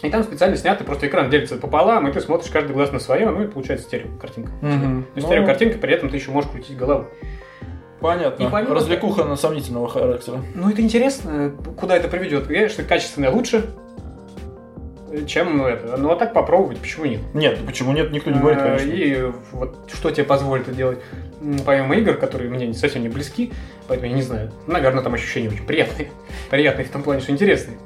Speaker 2: И там специально снято, просто экран делится пополам, и ты смотришь каждый глаз на своем, ну и получается стерео картинка.
Speaker 1: мгм.
Speaker 2: Ну,
Speaker 1: Ну,
Speaker 2: стереокартинка, при этом ты еще можешь крутить голову.
Speaker 1: Понятно.
Speaker 2: И помимо-
Speaker 1: Развлекуха на сомнительного характера.
Speaker 2: Ну, это интересно, куда это приведет. Конечно, качественное лучше, чем это. Ну, а так попробовать, почему нет?
Speaker 1: Нет, ну почему нет, никто не говорит,
Speaker 2: А,
Speaker 1: конечно.
Speaker 2: И вот что тебе позволит это делать? М, Помимо игр, которые мне не- совсем не близки, поэтому я не знаю. Наверное, там ощущения очень приятные. Приятные в том плане, что интересные.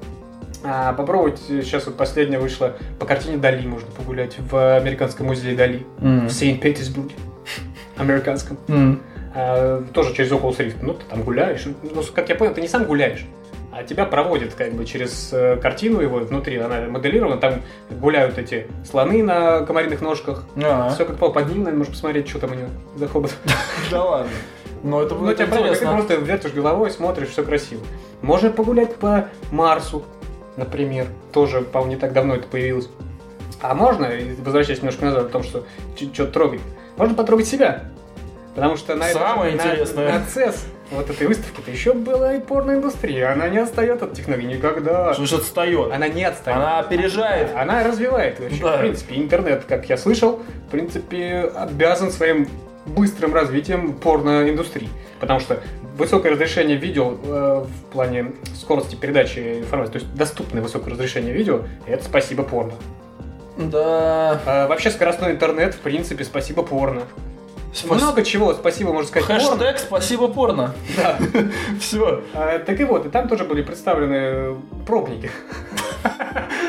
Speaker 2: А попробовать э, сейчас вот последняя вышла по картине Дали можно погулять в Американском музее Дали
Speaker 1: М.
Speaker 2: в Сент-Петербурге американском.
Speaker 1: М.
Speaker 2: А, тоже через Oculus Rift. Ну, ты там гуляешь. Ну, как я понял, ты не сам гуляешь, а тебя проводят как бы через э, картину его внутри. Она моделирована, там гуляют эти слоны на комариных ножках.
Speaker 1: А,
Speaker 2: Все как попало под ним, наверное, можно посмотреть, что там у него за хобот.
Speaker 1: Да ладно. Ну это
Speaker 2: Ну,
Speaker 1: будет
Speaker 2: тебя правда, ты
Speaker 1: интересно.
Speaker 2: просто вертишь головой, смотришь, все красиво. Можно погулять по Марсу, например. Тоже, по-моему, не так давно это появилось. А можно, и возвращаясь немножко назад, о том, что что-то трогать, можно потрогать себя. Потому что на,
Speaker 1: Самое
Speaker 2: на-
Speaker 1: интересное.
Speaker 2: на CES вот этой выставке-то еще была и порноиндустрия. Она не отстает от технологий никогда.
Speaker 1: Слушай, отстает.
Speaker 2: Она не отстает.
Speaker 1: Она опережает.
Speaker 2: Она развивает вообще.
Speaker 1: Да.
Speaker 2: В принципе, интернет, как я слышал, в принципе, обязан своим быстрым развитием порноиндустрии. Потому что высокое разрешение видео э, в плане скорости передачи информации, то есть доступное высокое разрешение видео, это спасибо порно.
Speaker 1: Да.
Speaker 2: А вообще скоростной интернет, в принципе, спасибо порно.
Speaker 1: Спас-
Speaker 2: Много чего, спасибо, можно сказать, порно.
Speaker 1: Хэштег спасибо порно.
Speaker 2: Да.
Speaker 1: Все.
Speaker 2: А, так и вот, и там тоже были представлены э, пробники.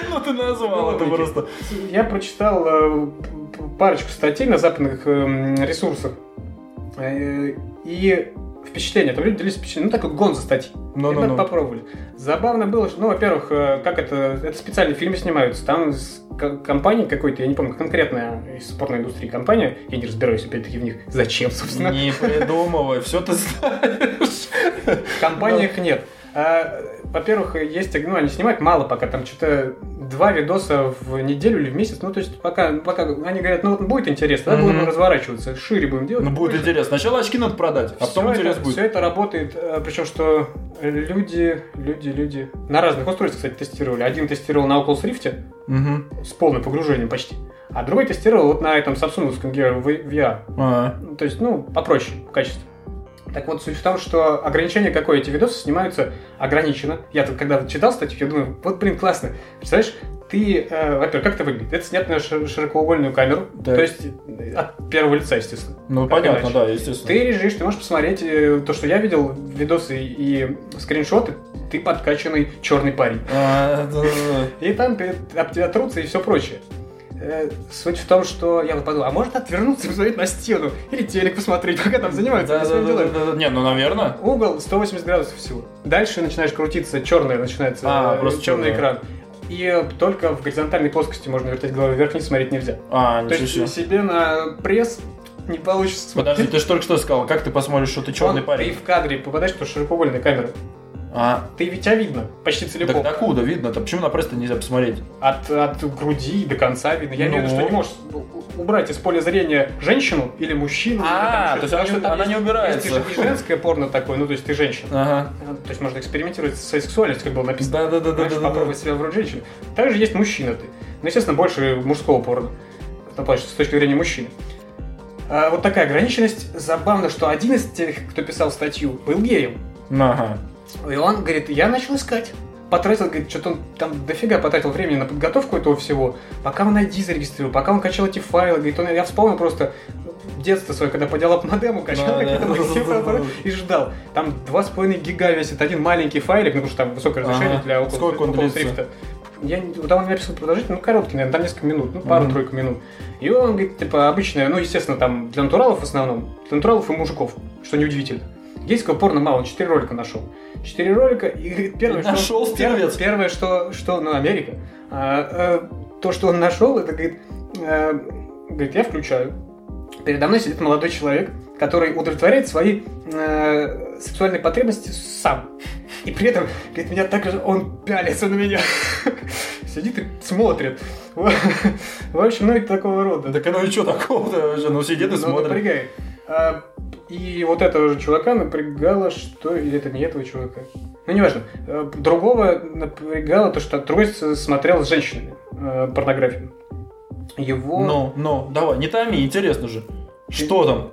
Speaker 1: Ну ты назвал это
Speaker 2: Пробники.
Speaker 1: просто.
Speaker 2: Я прочитал э, п- п- парочку статей на западных эм, ресурсах. Э, И впечатление. Там люди делились впечатлением. Ну, такой гон за статьи.
Speaker 1: Ну, ну,
Speaker 2: Ребята
Speaker 1: ну.
Speaker 2: попробовали. Забавно было, что, ну, во-первых, э, как это... Это специальные фильмы снимаются. Там с ко- компанией какой-то, я не помню, конкретная из спортной индустрии компания. Я не разбираюсь, опять-таки, в них. Зачем, собственно?
Speaker 1: Не придумывай, все ты знаешь.
Speaker 2: В компаниях
Speaker 1: Ну.
Speaker 2: нет. А, Во-первых, есть, ну, они снимают мало пока, там что-то два видоса в неделю или в месяц, ну, то есть пока, пока они говорят, ну, вот будет интересно, да, будем
Speaker 1: Мгм.
Speaker 2: разворачиваться, шире будем делать.
Speaker 1: Ну будет
Speaker 2: больше.
Speaker 1: интересно. Сначала очки надо продать, а
Speaker 2: Всё
Speaker 1: потом интерес
Speaker 2: это,
Speaker 1: будет.
Speaker 2: Все это работает, причем что люди, люди, люди на разных устройствах, кстати, тестировали. Один тестировал на Oculus Rift
Speaker 1: Мгм.
Speaker 2: с полным погружением почти, а другой тестировал вот на этом Samsung Gear V- VR.
Speaker 1: А.
Speaker 2: Ну, То есть, ну, попроще в качестве. Так вот, суть в том, что ограничение какое, эти видосы снимаются ограничено. Я тут когда читал статью, я думаю, вот, блин, классно. Представляешь, ты, э, во-первых, как это выглядит? Это снято на шир- широкоугольную камеру,
Speaker 1: Так.
Speaker 2: то есть э, от первого лица, естественно.
Speaker 1: Ну
Speaker 2: Как
Speaker 1: понятно,
Speaker 2: иначе?
Speaker 1: да, естественно.
Speaker 2: Ты режишь, ты можешь посмотреть э, то, что я видел, видосы и скриншоты, ты подкачанный черный парень.
Speaker 1: А, да, да, да.
Speaker 2: И там перед- об тебя трутся и все прочее. Э, Суть в том, что я вот подумал, а может отвернуться и посмотреть на стену? Или телек посмотреть, пока там занимаются
Speaker 1: Да,
Speaker 2: они
Speaker 1: да,
Speaker 2: своим
Speaker 1: да,
Speaker 2: делом.
Speaker 1: да, да. Не, ну наверное.
Speaker 2: Угол 180 градусов всего. Дальше начинаешь крутиться, черное начинается,
Speaker 1: А,
Speaker 2: э,
Speaker 1: просто
Speaker 2: черный
Speaker 1: чёрное.
Speaker 2: экран. И э, только в горизонтальной плоскости можно вертеть голову вверх-вниз, смотреть нельзя.
Speaker 1: А,
Speaker 2: То
Speaker 1: ничего
Speaker 2: есть
Speaker 1: себе.
Speaker 2: себе на пресс не получится смотреть.
Speaker 1: Подожди, ты же только что сказал, как ты посмотришь, что ты черный
Speaker 2: Он-
Speaker 1: парень?
Speaker 2: Ты в кадре попадаешь, потому что широкоугольная камера.
Speaker 1: А,
Speaker 2: Ты ведь тебя видно почти
Speaker 1: так
Speaker 2: целиком.
Speaker 1: докуда видно-то? Почему на пресс-то нельзя посмотреть?
Speaker 2: От, от груди до конца видно. Я имею в виду,
Speaker 1: Ну.
Speaker 2: что не можешь у- убрать из поля зрения женщину или мужчину.
Speaker 1: А,
Speaker 2: или там еще
Speaker 1: то есть она
Speaker 2: что-то.
Speaker 1: что- она
Speaker 2: Есть-
Speaker 1: не убирается.
Speaker 2: Есть и ж- и женское порно такое, ну то есть ты женщина.
Speaker 1: Ага.
Speaker 2: А, То есть можно экспериментировать со сексуальностью, как было написано.
Speaker 1: Да, да, да, да,
Speaker 2: Знаешь,
Speaker 1: да,
Speaker 2: попробовать себя в роли женщины. Также есть мужчина ты. Ну, естественно, больше мужского порно. В том плане, что с точки зрения мужчины. А, вот такая ограниченность. Забавно, что один из тех, кто писал статью, был геем.
Speaker 1: Ага.
Speaker 2: И он говорит, я начал искать. Потратил, говорит, что-то он там дофига потратил времени на подготовку этого всего. Пока он ID зарегистрировал, пока он качал эти файлы. Говорит, он, я вспомнил просто ну, детство свое, когда по диалог модему
Speaker 1: Да,
Speaker 2: качал
Speaker 1: да.
Speaker 2: какие-то мультфильмы аппарат и ждал. Там 2,5 гига весит один маленький файлик, ну потому что там высокое разрешение
Speaker 1: Ага.
Speaker 2: для Oculus,
Speaker 1: Сколько он
Speaker 2: Oculus
Speaker 1: длится?
Speaker 2: Rift. Я не- там он написал продолжительно, ну короткий, наверное, там несколько минут, ну пару-тройку минут. И он говорит, типа, обычная, ну, естественно, там для натуралов в основном, для натуралов и мужиков, что неудивительно. Гейского порно мало, он 4 ролика нашел. Четыре ролика, и говорит, первое, что...
Speaker 1: Нашел
Speaker 2: пер-
Speaker 1: стервец.
Speaker 2: Первое, что, что ну, Америка. А, э, то, что он нашел, это, говорит, э, говорит, я включаю. Передо мной сидит молодой человек, который удовлетворяет свои э, сексуальные потребности сам. И при этом, говорит, меня так же, он пялится на меня. Сидит и смотрит. В общем, ну и такого рода.
Speaker 1: Так оно и что такого-то вообще? Ну сидит и
Speaker 2: Ну,
Speaker 1: смотрит.
Speaker 2: напрягает. А, и вот этого же чувака напрягало, что... Или это не этого чувака? Ну, неважно. А, Другого напрягало то, что другой с- смотрел с женщинами а, порнографию. Его...
Speaker 1: Ну, ну, давай, не томи, интересно же. Что там?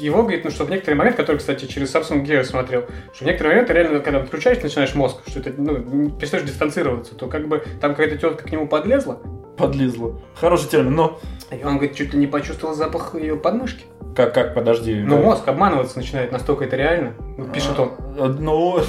Speaker 2: его, говорит, ну, что в некоторый момент, который, кстати, через Samsung Gear смотрел, что в некоторый момент реально, ну, когда отключаешь, начинаешь мозг, что это, ну, перестаешь дистанцироваться, то как бы там какая-то тетка к нему подлезла,
Speaker 1: Подлизла. Хороший термин, но...
Speaker 2: и он, говорит, чуть ли не почувствовал запах ее подмышки.
Speaker 1: Как, как, подожди.
Speaker 2: Ну,
Speaker 1: да.
Speaker 2: мозг обманываться начинает, настолько это реально, ну, пишет он.
Speaker 1: А, Ну,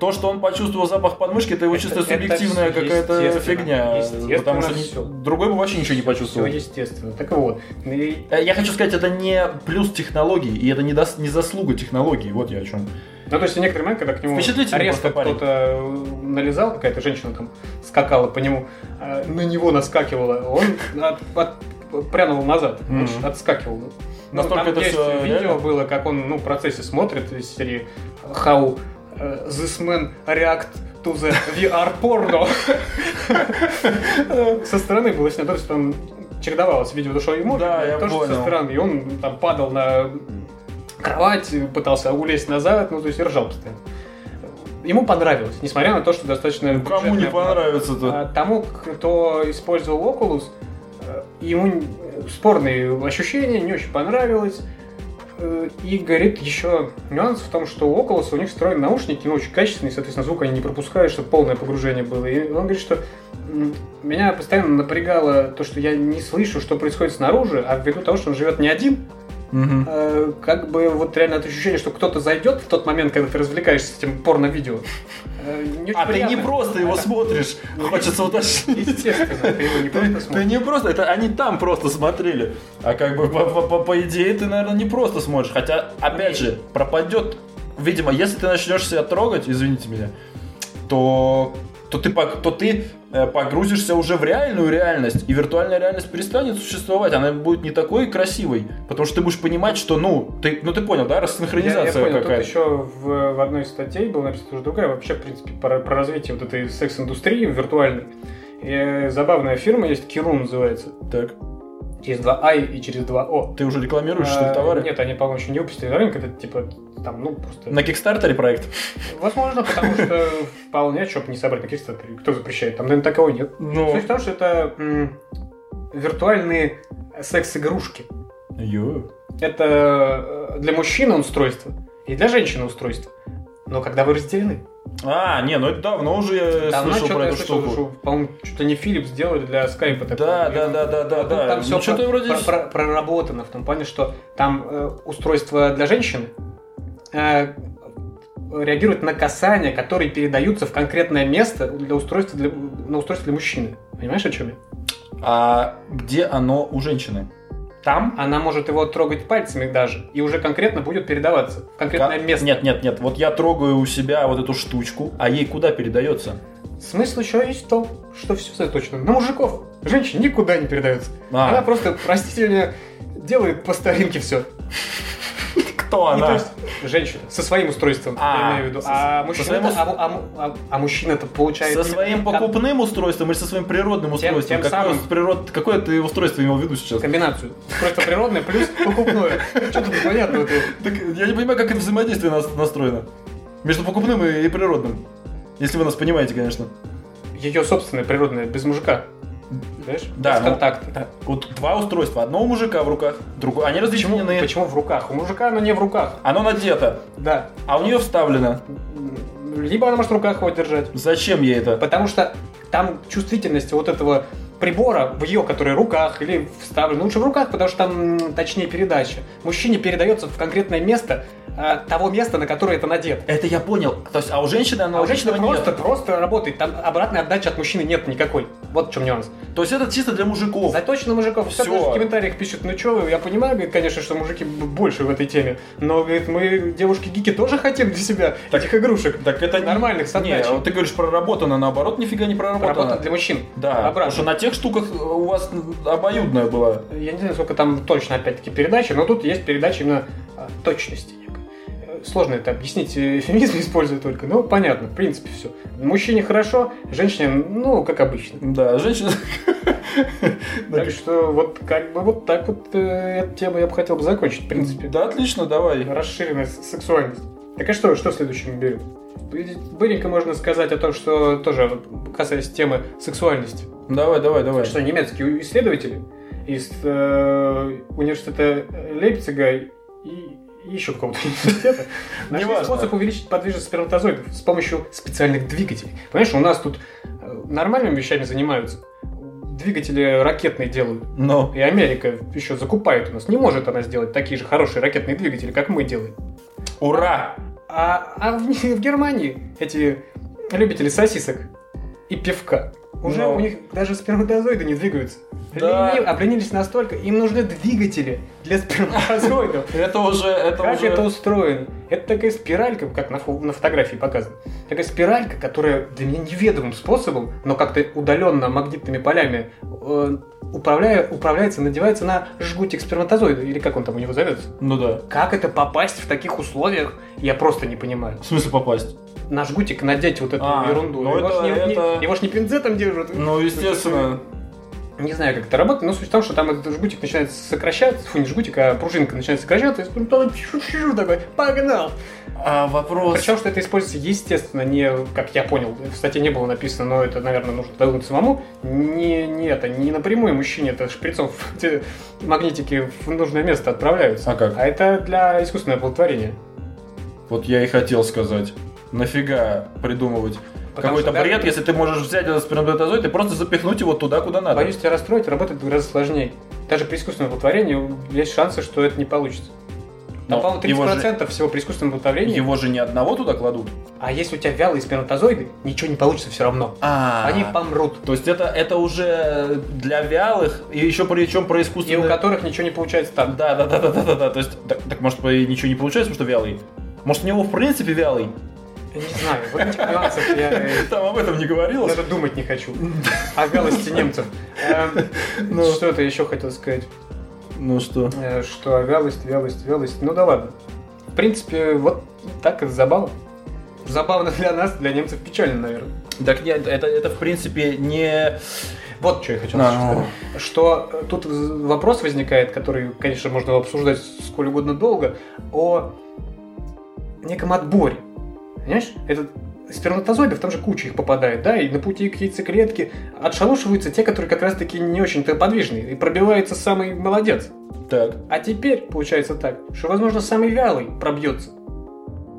Speaker 1: то, что он почувствовал запах подмышки, это его
Speaker 2: Это-
Speaker 1: чисто
Speaker 2: это
Speaker 1: субъективная
Speaker 2: всё
Speaker 1: какая-то
Speaker 2: естественно.
Speaker 1: фигня.
Speaker 2: Естественно,
Speaker 1: Потому что ни-
Speaker 2: всё.
Speaker 1: другой бы вообще ничего не
Speaker 2: Все
Speaker 1: почувствовал.
Speaker 2: естественно. Так вот. И-
Speaker 1: Э, Я хочу сказать, это не плюс технологий, и это не, дос- не заслуга технологий, вот я о чем.
Speaker 2: Ну, то есть, в некоторый момент, когда к нему
Speaker 1: Впечатлительный
Speaker 2: резко
Speaker 1: просто парень.
Speaker 2: кто-то э, налезал, какая-то женщина там скакала по нему, э, на него наскакивала, он от- от- прянул назад, он
Speaker 1: Мгм.
Speaker 2: ж отскакивал. Ну,
Speaker 1: Настолько
Speaker 2: там
Speaker 1: это
Speaker 2: есть
Speaker 1: всё
Speaker 2: видео
Speaker 1: реально?
Speaker 2: было, как он ну, в процессе смотрит из серии How э, This Man React to the VR porno. Э, Со стороны было снято, то есть там чередовалось видео душой и мозг,
Speaker 1: Да, я
Speaker 2: тоже со
Speaker 1: понял.
Speaker 2: стороны, и он там падал на кровать, пытался улезть назад, ну, то есть и ржал постоянно. Ему понравилось, несмотря на то, что достаточно...
Speaker 1: Ну, кому не
Speaker 2: Э, бюджетная была.
Speaker 1: понравится-то?
Speaker 2: А Тому, кто использовал Oculus, э, ему н- спорные ощущения, не очень понравилось. Э, И говорит еще нюанс в том, что у Oculus у них встроены наушники, ну, очень качественные, соответственно, звук они не пропускают, чтобы полное погружение было. И он говорит, что м, меня постоянно напрягало то, что я не слышу, что происходит снаружи, а ввиду того, что он живет не один,
Speaker 1: Мгм.
Speaker 2: Э, как бы вот реально это ощущение, что кто-то зайдет в тот момент, когда ты развлекаешься с этим порно-видео. Э, не очень
Speaker 1: А ты не
Speaker 2: приятно.
Speaker 1: просто его смотришь,
Speaker 2: Ну,
Speaker 1: хочется уточнить.
Speaker 2: Естественно, ты его не
Speaker 1: Ты,
Speaker 2: просто
Speaker 1: ты
Speaker 2: смотришь.
Speaker 1: не просто, это они там просто смотрели. А как бы по, по- по- по идее ты, наверное, не просто смотришь. Хотя, опять же, пропадет. Видимо, если ты начнешь себя трогать, извините меня, то, то ты, пог- то ты э, погрузишься уже в реальную реальность, и виртуальная реальность перестанет существовать. Она будет не такой красивой. Потому что ты будешь понимать, что ну, ты, ну ты понял, да,
Speaker 2: Я, я
Speaker 1: рассинхронизация
Speaker 2: понял, тут
Speaker 1: какая-то.
Speaker 2: еще в, в одной из статей была написана уже другая, вообще, в принципе, про, про развитие вот этой секс-индустрии виртуальной. И э, забавная фирма есть, Киру называется.
Speaker 1: Так.
Speaker 2: Через два I и через два O.
Speaker 1: Ты уже рекламируешь, что
Speaker 2: Э,
Speaker 1: ли, товары?
Speaker 2: Нет, они, по-моему, еще не выпустили на рынок, это типа там, ну, просто...
Speaker 1: На Кикстартере проект?
Speaker 2: Возможно, потому что вполне, чтобы не собрать на Kickstarter. Кто запрещает? Там, наверное, такого нет.
Speaker 1: Ну,
Speaker 2: Суть в том, что это м, виртуальные секс-игрушки.
Speaker 1: ё.
Speaker 2: Это э, для мужчины устройство и для женщины устройство. Но когда вы разделены,
Speaker 1: А, не, ну это давно уже я слышал
Speaker 2: что-то
Speaker 1: про
Speaker 2: я
Speaker 1: эту
Speaker 2: слышал,
Speaker 1: штуку.
Speaker 2: что, по-моему, что-то не Philips сделали для скайпа. такое.
Speaker 1: Да,
Speaker 2: И
Speaker 1: да,
Speaker 2: он-
Speaker 1: да, да, да,
Speaker 2: Ну,
Speaker 1: да.
Speaker 2: Там
Speaker 1: Ну,
Speaker 2: все
Speaker 1: что-то вроде с-
Speaker 2: проработано в том плане, что там э, устройство для женщины э, реагирует на касания, которые передаются в конкретное место для устройства для, на устройство для мужчины. Понимаешь, о чем я?
Speaker 1: А где оно у женщины? А Там?
Speaker 2: Она может его трогать пальцами даже, и уже конкретно будет передаваться в конкретное
Speaker 1: Ка-
Speaker 2: место.
Speaker 1: Нет, нет, нет. Вот я трогаю у себя вот эту штучку, а ей куда передается?
Speaker 2: Смысл еще есть в том, что все заточено на мужиков. Женщин никуда не передается.
Speaker 1: А,
Speaker 2: Она просто, простите меня, делает по старинке все.
Speaker 1: кто
Speaker 2: Ну, то есть женщина со своим устройством,
Speaker 1: А,
Speaker 2: я имею в виду.
Speaker 1: со-
Speaker 2: А
Speaker 1: со
Speaker 2: мужчина,
Speaker 1: своим ус-
Speaker 2: то получает...
Speaker 1: Со своим покупным устройством или со своим природным
Speaker 2: Тем-
Speaker 1: устройством?
Speaker 2: тем
Speaker 1: какое,
Speaker 2: самым.
Speaker 1: природ... какое ты устройство имел в виду сейчас?
Speaker 2: Комбинацию. Просто природное плюс покупное. Что тут непонятно?
Speaker 1: Так я не понимаю, как это взаимодействие нас- настроено. Между покупным и, и природным. Если вы нас понимаете, конечно.
Speaker 2: Ее собственное природное, без мужика. Знаешь?
Speaker 1: Да,
Speaker 2: Без
Speaker 1: ну,
Speaker 2: контакта.
Speaker 1: Вот два устройства. Одно у мужика в руках, другое. Они
Speaker 2: Почему,
Speaker 1: разделены.
Speaker 2: почему в руках? У мужика оно не в руках.
Speaker 1: Оно надето,
Speaker 2: Да.
Speaker 1: а у нее вставлено.
Speaker 2: М, Либо она может в руках его держать.
Speaker 1: Зачем ей это?
Speaker 2: Потому что там чувствительность вот этого прибора в ее, который в руках или вставлен, лучше в руках, потому что там м, точнее передача. Мужчине передается в конкретное место э, того места, на которое это надето.
Speaker 1: Это я понял. То есть, а у женщины
Speaker 2: А у женщины
Speaker 1: аналогичного
Speaker 2: просто,
Speaker 1: нет.
Speaker 2: просто работает, там обратной отдачи от мужчины нет никакой. Вот в чем нюанс.
Speaker 1: То есть это чисто для мужиков.
Speaker 2: Заточено мужиков. Все.
Speaker 1: Всё.
Speaker 2: в комментариях пишут, ну чё, вы?» я понимаю, говорит, конечно, что мужики б- больше в этой теме, но, говорит, мы, девушки-гики, тоже хотим для себя этих игрушек.
Speaker 1: Так это не-
Speaker 2: Нормальных, с
Speaker 1: не, а
Speaker 2: отдачей.
Speaker 1: вот ты говоришь проработано, наоборот, нифига не проработано.
Speaker 2: Работа для мужчин.
Speaker 1: Да, потому
Speaker 2: Обратно.
Speaker 1: что на тех штуках э, у вас обоюдная была.
Speaker 2: Я не знаю, сколько там точно, опять-таки, передачи, но тут есть передача именно а, точности некой. Э, Сложно это объяснить, э, эфемизм используя только. Ну, понятно, в принципе, все. Мужчине хорошо, женщине, ну, как обычно.
Speaker 1: Да, женщина...
Speaker 2: Так что вот как бы вот так вот э, эту тему я бы хотел бы закончить, в принципе.
Speaker 1: Да, отлично, давай.
Speaker 2: Расширенная с- сексуальность. Так а что, что следующим берем? Быренько можно сказать о том, что тоже вот, касаясь темы сексуальности.
Speaker 1: Давай, давай, давай.
Speaker 2: что немецкие исследователи из э, университета Лейпцига и и еще какого-то университета, нашли
Speaker 1: Неважно.
Speaker 2: способ увеличить подвижность сперматозоидов с помощью специальных двигателей. Понимаешь, у нас тут э, нормальными вещами занимаются. Двигатели ракетные делают.
Speaker 1: Ну,
Speaker 2: И Америка еще закупает у нас. Не может она сделать такие же хорошие ракетные двигатели, как мы делаем.
Speaker 1: ура!
Speaker 2: А, а в, в Германии эти любители сосисок и пивка уже
Speaker 1: Но.
Speaker 2: у них даже сперматозоиды не двигаются.
Speaker 1: Да.
Speaker 2: Ленив- обленились настолько, им нужны двигатели для сперматозоидов.
Speaker 1: Это уже, это
Speaker 2: Как
Speaker 1: уже...
Speaker 2: это устроено? Это такая спиралька, как на, фо- на фотографии показано. Такая спиралька, которая для меня неведомым способом, но как-то удаленно магнитными полями э, управляя- управляется, надевается на жгутик сперматозоида, или как он там у него зовется.
Speaker 1: Ну да.
Speaker 2: Как это попасть в таких условиях, я просто не понимаю.
Speaker 1: В смысле попасть?
Speaker 2: На жгутик надеть вот эту
Speaker 1: А,
Speaker 2: ерунду.
Speaker 1: ну
Speaker 2: его,
Speaker 1: это-
Speaker 2: ж не, не-
Speaker 1: это-
Speaker 2: его ж не пинцетом держат.
Speaker 1: Ну, естественно.
Speaker 2: Не знаю, как это работает, но суть в том, что там этот жгутик начинает сокращаться, фу, не жгутик, а пружинка начинает сокращаться, и сперматозоид чу-чу-чу такой, погнал!
Speaker 1: А вопрос...
Speaker 2: Причем, что это используется, естественно, не, как я понял, в статье не было написано, но это, наверное, нужно додумать самому, не, не это, не напрямую мужчине, это шприцом в те магнитики в нужное место отправляются.
Speaker 1: А как?
Speaker 2: А это для искусственного оплодотворения.
Speaker 1: Вот я и хотел сказать. Нафига придумывать
Speaker 2: Потому
Speaker 1: какой-то
Speaker 2: что, да,
Speaker 1: бред, если ты можешь взять этот сперматозоид и просто запихнуть его туда, куда надо.
Speaker 2: Боюсь тебя расстроить, работает в два раза сложнее. Даже при искусственном оплодотворении есть шансы, что это не получится. Там,
Speaker 1: Но
Speaker 2: по-моему,
Speaker 1: его,
Speaker 2: 30%
Speaker 1: же,
Speaker 2: всего при искусственном оплодотворении.
Speaker 1: его же не одного туда кладут.
Speaker 2: А если у тебя вялые сперматозоиды, ничего не получится все равно.
Speaker 1: А,
Speaker 2: Они помрут.
Speaker 1: То есть это, это уже для вялых и еще причем про
Speaker 2: И у
Speaker 1: искусственное...
Speaker 2: которых ничего не получается там.
Speaker 1: Да, да, да, да, да, да, да. То есть, так, так, может, и ничего не получается, потому что вялый? Может, у него в принципе вялый?
Speaker 2: Я не знаю, вот этих нюансов я... э,
Speaker 1: Там об этом не говорилось.
Speaker 2: Даже думать не хочу. О вялости немцев. Эм,
Speaker 1: Ну.
Speaker 2: Что это еще хотел сказать?
Speaker 1: Ну что?
Speaker 2: Э, Что вялость, вялость, вялость. Ну да ладно. В принципе, вот так это забавно. Забавно для нас, для немцев печально, наверное.
Speaker 1: Так нет, это, это в принципе не...
Speaker 2: Вот что я хотел
Speaker 1: Да,
Speaker 2: сказать. Что э, тут в- вопрос возникает, который, конечно, можно обсуждать сколь угодно долго, о неком отборе. Понимаешь? Этот сперматозоидов, там же куча их попадает, да, и на пути к яйцеклетке отшалушиваются те, которые как раз-таки не очень-то подвижные, и пробивается самый молодец.
Speaker 1: Так.
Speaker 2: А теперь получается так, что, возможно, самый вялый пробьется.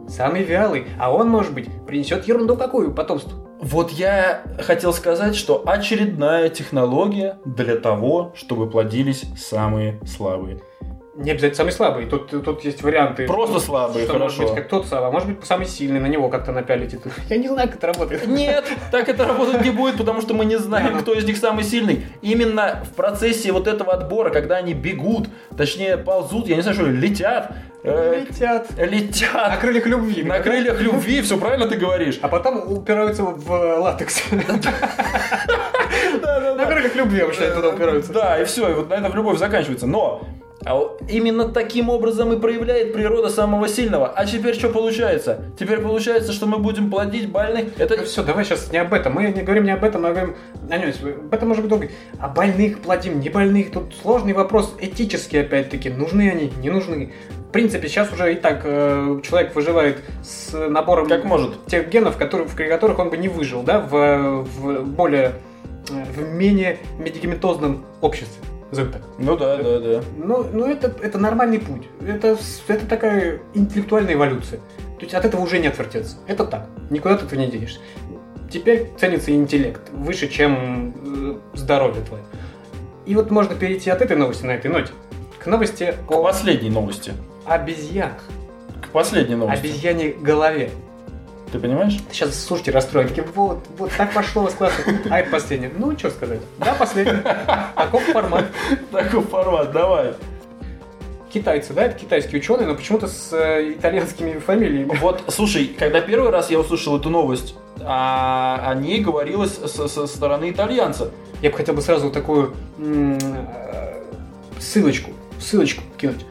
Speaker 2: Самый вялый, а он, может быть, принесет ерунду какую потомству.
Speaker 1: Вот я хотел сказать, что очередная технология для того, чтобы плодились самые слабые.
Speaker 2: Не обязательно самый слабый, тут, тут есть варианты.
Speaker 1: Просто слабые,
Speaker 2: что может
Speaker 1: хорошо.
Speaker 2: быть как тот самый, а может быть самый сильный, на него как-то напялить. эту- Я не знаю, как это работает.
Speaker 1: Нет, так это работать не будет, потому что мы не знаем, кто из них самый сильный. Именно в процессе вот этого отбора, когда они бегут, точнее ползут, я не знаю, что ли, летят, э,
Speaker 2: Летят. На
Speaker 1: летят
Speaker 2: крыльях любви.
Speaker 1: на крыльях любви, все правильно ты говоришь.
Speaker 2: А потом упираются в э, латекс. На крыльях любви вообще туда упираются.
Speaker 1: Да, и все, и вот на этом любовь заканчивается. Но а вот именно таким образом и проявляет природа самого сильного. А теперь что получается? Теперь получается, что мы будем плодить больных. Это
Speaker 2: все, давай сейчас не об этом. Мы не говорим не об этом, а говорим о нем. Об этом может быть долго. А больных платим, не больных. Тут сложный вопрос этический, опять-таки. Нужны они, не нужны. В принципе, сейчас уже и так э, человек выживает с набором...
Speaker 1: как может.
Speaker 2: тех генов, которые, в которых он бы не выжил, да, в, в более э, в менее медикаментозном обществе. Назовем так.
Speaker 1: Ну да, да, да.
Speaker 2: Но, но ну, это, это нормальный путь. Это, с- это такая интеллектуальная эволюция. То есть от этого уже не отвертеться. Это так. Никуда ты от этого не денешься. Теперь ценится интеллект выше, чем э, здоровье твое. И вот можно перейти от этой новости на этой ноте к новости
Speaker 1: К
Speaker 2: о
Speaker 1: последней новости.
Speaker 2: обезьянах,
Speaker 1: К последней новости.
Speaker 2: обезьяне голове.
Speaker 1: Ты понимаешь?
Speaker 2: Сейчас слушайте расстроили. Такие, Вот, вот так пошло у вас классно. А это последнее. Ну, что сказать. Да, последнее. Таков формат.
Speaker 1: Такой формат, давай.
Speaker 2: Китайцы, да, это китайские ученые, но почему-то с э, итальянскими фамилиями.
Speaker 1: Вот, слушай, когда первый раз я услышал эту новость, а, о ней говорилось со, со стороны итальянца.
Speaker 2: Я бы хотел бы сразу такую м, э, ссылочку, ссылочку кинуть.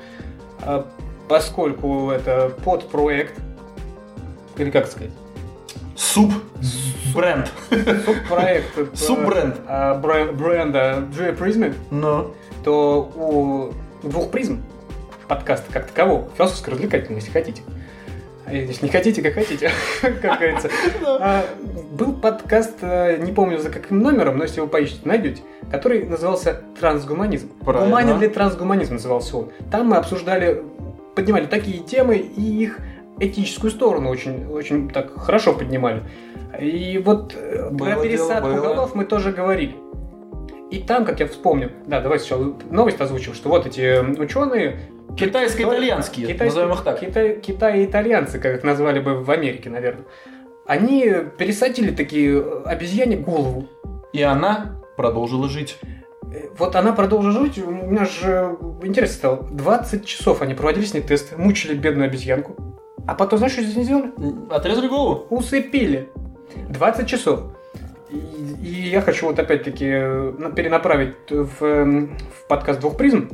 Speaker 2: А, Поскольку это подпроект, или как сказать,
Speaker 1: Суп. Бренд.
Speaker 2: субпроект э,
Speaker 1: Суббренд.
Speaker 2: э, бре- бренда Джоя Призмы,
Speaker 1: Ну.
Speaker 2: то у двух призм подкаста как такового, философской развлекательности, если хотите. А Если не хотите, как хотите, как говорится. А, Был подкаст, э, не помню за каким номером, но если вы поищете, найдете, который назывался «Трансгуманизм».
Speaker 1: Правильно.
Speaker 2: «Гуманен ли трансгуманизм» назывался он. Там мы обсуждали поднимали такие темы и их этическую сторону очень, очень так хорошо поднимали. И вот э,
Speaker 1: Было
Speaker 2: про
Speaker 1: дело,
Speaker 2: пересадку
Speaker 1: было.
Speaker 2: голов мы тоже говорили. И там, как я вспомню, да, давай сначала новость озвучим, что вот эти э, ученые...
Speaker 1: Китайско-итальянские, назовем их так.
Speaker 2: Китай, Китай и итальянцы, как их назвали бы в Америке, наверное. Они пересадили такие э, обезьяне голову.
Speaker 1: И она продолжила жить.
Speaker 2: Э, Вот она продолжила жить, у меня же э, интересно стало. 20 часов они проводили с ней тесты, мучили бедную обезьянку. А потом, знаешь, что здесь не сделали?
Speaker 1: М, Отрезали голову?
Speaker 2: усыпили. 20 часов. И, и я хочу вот опять-таки э, на- перенаправить в, эм, в подкаст «Двух призм»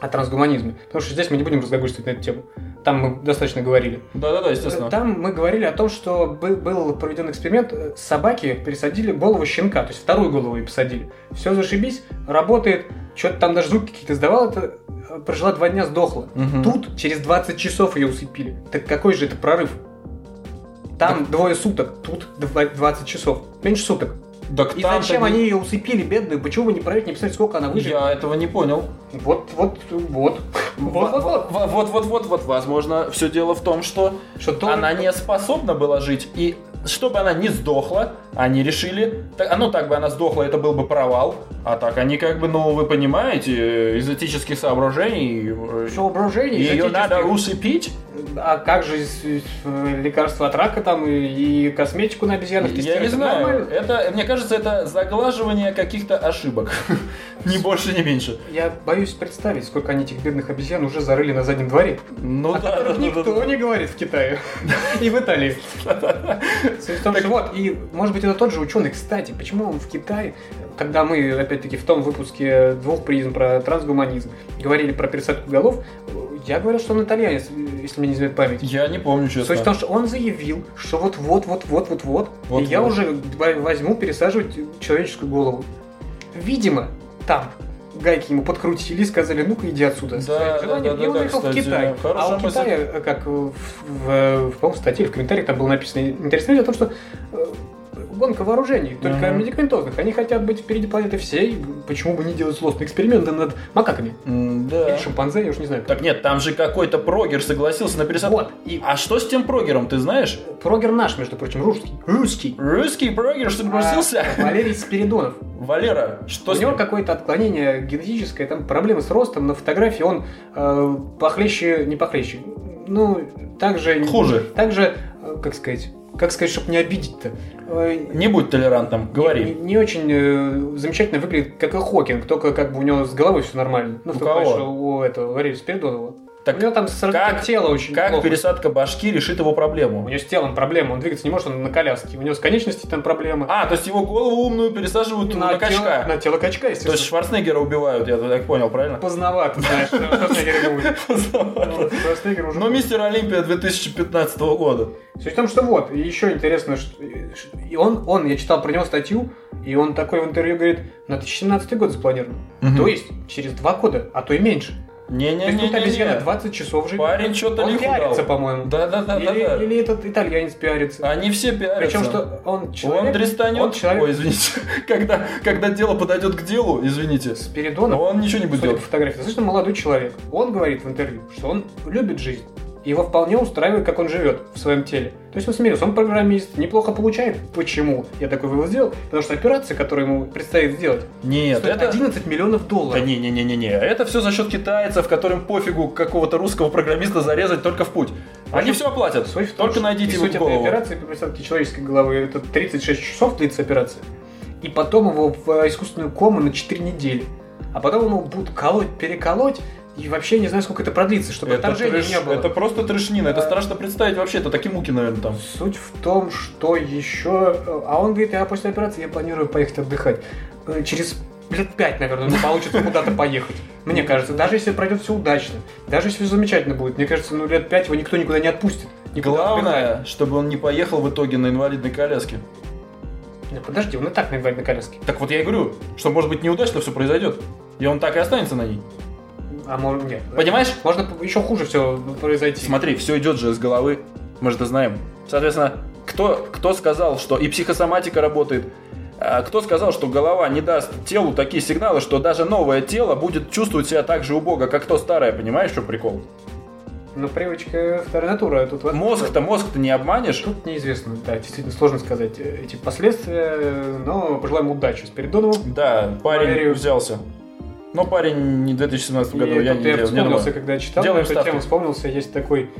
Speaker 2: о трансгуманизме, потому что здесь мы не будем разглагольствовать на эту тему. Там мы достаточно говорили.
Speaker 1: Да-да-да, естественно.
Speaker 2: Там мы говорили о том, что бы- был проведен эксперимент, э, собаки пересадили голову щенка, то есть вторую голову ей посадили. Все зашибись, работает, что-то там даже звуки какие-то издавала, это э, прожила два дня, сдохла.
Speaker 1: Мгм.
Speaker 2: Тут через 20 часов ее усыпили. Так какой же это прорыв? Там двое суток, тут дв- 20 часов. Меньше суток.
Speaker 1: Так
Speaker 2: И
Speaker 1: там-то
Speaker 2: зачем
Speaker 1: не-
Speaker 2: они ее усыпили, бедную? Почему бы не проверить, не писать, сколько она выживет?
Speaker 1: Я этого не понял.
Speaker 2: Вот, вот, вот. Вот, вот, вот.
Speaker 1: Во- вот, вот, вот, вот, возможно, все дело в том, что
Speaker 2: Что то-
Speaker 1: она не способна была жить, и чтобы она не сдохла, они решили, та- а ну так бы она сдохла, это был бы провал, а так они как бы, ну вы понимаете, э, из этических соображений э,
Speaker 2: соображение
Speaker 1: ее
Speaker 2: этических.
Speaker 1: надо усыпить.
Speaker 2: А как же с- с- э, лекарства от рака там и, и косметику на обезьянах
Speaker 1: Я
Speaker 2: тестировать?
Speaker 1: не
Speaker 2: Это
Speaker 1: знаю,
Speaker 2: нормально?
Speaker 1: это, мне кажется, это заглаживание каких-то ошибок, ни больше, ни меньше.
Speaker 2: Я боюсь представить, сколько они этих бедных обезьян уже зарыли на заднем дворе.
Speaker 1: Ну
Speaker 2: о А которых никто не говорит в Китае и в Италии. Суть в том, что вот, и может быть это тот же ученый, кстати, почему он в Китае, когда мы, опять-таки, в том выпуске двух призм про трансгуманизм говорили про пересадку голов, я говорил, что он итальянец, если мне не изменяет память.
Speaker 1: Я не помню,
Speaker 2: Суть в
Speaker 1: честно.
Speaker 2: том, что он заявил, что вот-вот-вот-вот-вот-вот, и
Speaker 1: Вот-вот.
Speaker 2: я уже б- возьму пересаживать человеческую голову. Видимо, там гайки ему подкрутили и сказали, ну-ка иди отсюда.
Speaker 1: Да,
Speaker 2: С твоим
Speaker 1: да,
Speaker 2: желанием.
Speaker 1: да,
Speaker 2: и он
Speaker 1: да,
Speaker 2: уехал в
Speaker 1: кстати,
Speaker 2: Китай. А
Speaker 1: хорошая
Speaker 2: у
Speaker 1: мысль.
Speaker 2: Китая, э, как э, в, в- в, по-моему, статье, или в комментариях там было написано интересно о том, что э, гонка вооружений, только
Speaker 1: Мгм.
Speaker 2: медикаментозных. Они хотят быть впереди планеты всей, почему бы не делать злостные эксперименты над макаками.
Speaker 1: М, Да.
Speaker 2: Или шимпанзе, я уж не знаю.
Speaker 1: Так нет, там же какой-то прогер согласился на пересадку.
Speaker 2: Вот, и
Speaker 1: А что с тем прогером, ты знаешь?
Speaker 2: прогер наш, между прочим, русский. Русский.
Speaker 1: Русский прогер согласился?
Speaker 2: А, Валерий Спиридонов.
Speaker 1: Валера, что
Speaker 2: У
Speaker 1: с
Speaker 2: него
Speaker 1: ним?
Speaker 2: какое-то отклонение генетическое, там проблемы с ростом, на фотографии он э, похлеще, не похлеще. Ну, также...
Speaker 1: Хуже.
Speaker 2: Также, э, как сказать, как сказать, чтобы не обидеть-то. Э,
Speaker 1: Не будь толерантным,
Speaker 2: Не,
Speaker 1: говори.
Speaker 2: не очень э, замечательно выглядит, как и Хокинг, только как бы у него с головой все нормально. Ну,
Speaker 1: У
Speaker 2: в том плане,
Speaker 1: кого?
Speaker 2: что у этого, Валерия Спиридонова.
Speaker 1: Так
Speaker 2: у него там с
Speaker 1: как-
Speaker 2: тело очень
Speaker 1: Как
Speaker 2: плохо.
Speaker 1: пересадка башки решит его
Speaker 2: У
Speaker 1: проблему?
Speaker 2: него с телом проблема, он двигаться не может, он на коляске. У него с конечностью там проблемы.
Speaker 1: А, то есть его голову умную пересаживают на,
Speaker 2: Тело,
Speaker 1: качка.
Speaker 2: на тело качка,
Speaker 1: То
Speaker 2: естественно.
Speaker 1: есть Шварценеггера убивают, я так понял, правильно?
Speaker 2: Поздновато, знаешь, что Шварценеггер будет. Ну, Шварценеггер уже
Speaker 1: Но
Speaker 2: будет.
Speaker 1: мистер Олимпия 2015 года.
Speaker 2: Суть в том, что вот, и еще интересно, что, и он, он, я читал про него статью, и он такой в интервью говорит, на 2017 год запланирован.
Speaker 1: Мгм.
Speaker 2: То есть, через два года, а то и меньше. То есть, тут обезьяна
Speaker 1: Не-не-не.
Speaker 2: 20 часов живет.
Speaker 1: Парень что-то
Speaker 2: он
Speaker 1: лихо
Speaker 2: пиарится,
Speaker 1: дал.
Speaker 2: по-моему. или,
Speaker 1: Да-да-да-да-да.
Speaker 2: или этот итальянец пиарится.
Speaker 1: Они все пиарятся.
Speaker 2: Причем, что он человек...
Speaker 1: он дристанет.
Speaker 2: он человек
Speaker 1: Ой, извините. Когда, когда дело подойдет к делу, извините.
Speaker 2: с Спиридонов,
Speaker 1: Он ничего не будет
Speaker 2: судя по
Speaker 1: делать.
Speaker 2: фотографии, достаточно молодой человек. Он говорит в интервью, что он любит жизнь. Его вполне устраивает, как он живет в своем теле. То есть он смирился, он программист, неплохо получает. Почему я такой вывод сделал? Потому что операция, которую ему предстоит сделать,
Speaker 1: Нет,
Speaker 2: стоит
Speaker 1: это...
Speaker 2: 11 миллионов
Speaker 1: Да
Speaker 2: долларов.
Speaker 1: не-не-не-не-не. Это все за счет китайцев, которым пофигу какого-то русского программиста зарезать только в путь. Они
Speaker 2: Причем
Speaker 1: все оплатят.
Speaker 2: Суть в том,
Speaker 1: Только
Speaker 2: что-
Speaker 1: найдите
Speaker 2: и
Speaker 1: его
Speaker 2: суть этой
Speaker 1: голову.
Speaker 2: операции по пересадке человеческой головы, это 36 часов длится операция. И потом его в э, искусственную кому на 4 недели. А потом ему будут колоть, переколоть, и вообще не знаю, сколько это продлится, чтобы
Speaker 1: Это,
Speaker 2: отторжения
Speaker 1: трэш-
Speaker 2: не было.
Speaker 1: это просто трешнина. Это
Speaker 2: Да.
Speaker 1: страшно представить вообще. Это такие муки, наверное, там.
Speaker 2: Суть в том, что еще... А он говорит, я после операции я планирую поехать отдыхать. Э, Через лет пять, наверное, не получится куда-то поехать. Мне кажется, даже если пройдет все удачно, даже если все замечательно будет, мне кажется, ну лет пять его никто никуда не отпустит. Никуда отдыхать.
Speaker 1: Главное, чтобы он не поехал в итоге на инвалидной коляске.
Speaker 2: Да Подожди, он и так на инвалидной коляске.
Speaker 1: Так вот я и говорю, что может быть неудачно все произойдет. И он так и останется на ней.
Speaker 2: А может, нет.
Speaker 1: Понимаешь?
Speaker 2: Можно еще хуже все произойти.
Speaker 1: Смотри, все идет же из головы. Мы же это знаем. Соответственно, кто, кто сказал, что и психосоматика работает, а кто сказал, что голова не даст телу такие сигналы, что даже новое тело будет чувствовать себя так же убого, как то старое, понимаешь, что прикол?
Speaker 2: Но привычка вторая натура. Тут вопрос-
Speaker 1: Мозг-то, мозг-то не обманешь.
Speaker 2: Тут неизвестно, да, действительно сложно сказать э, эти последствия, но пожелаем удачи с Спиридонову.
Speaker 1: Да, парень
Speaker 2: Поверю.
Speaker 1: взялся. Но парень не в 2017 году,
Speaker 2: И
Speaker 1: я
Speaker 2: тут
Speaker 1: не, не
Speaker 2: вспомнился,
Speaker 1: думаю.
Speaker 2: когда читал
Speaker 1: Делаем
Speaker 2: эту
Speaker 1: ставки.
Speaker 2: тему, вспомнился, есть такой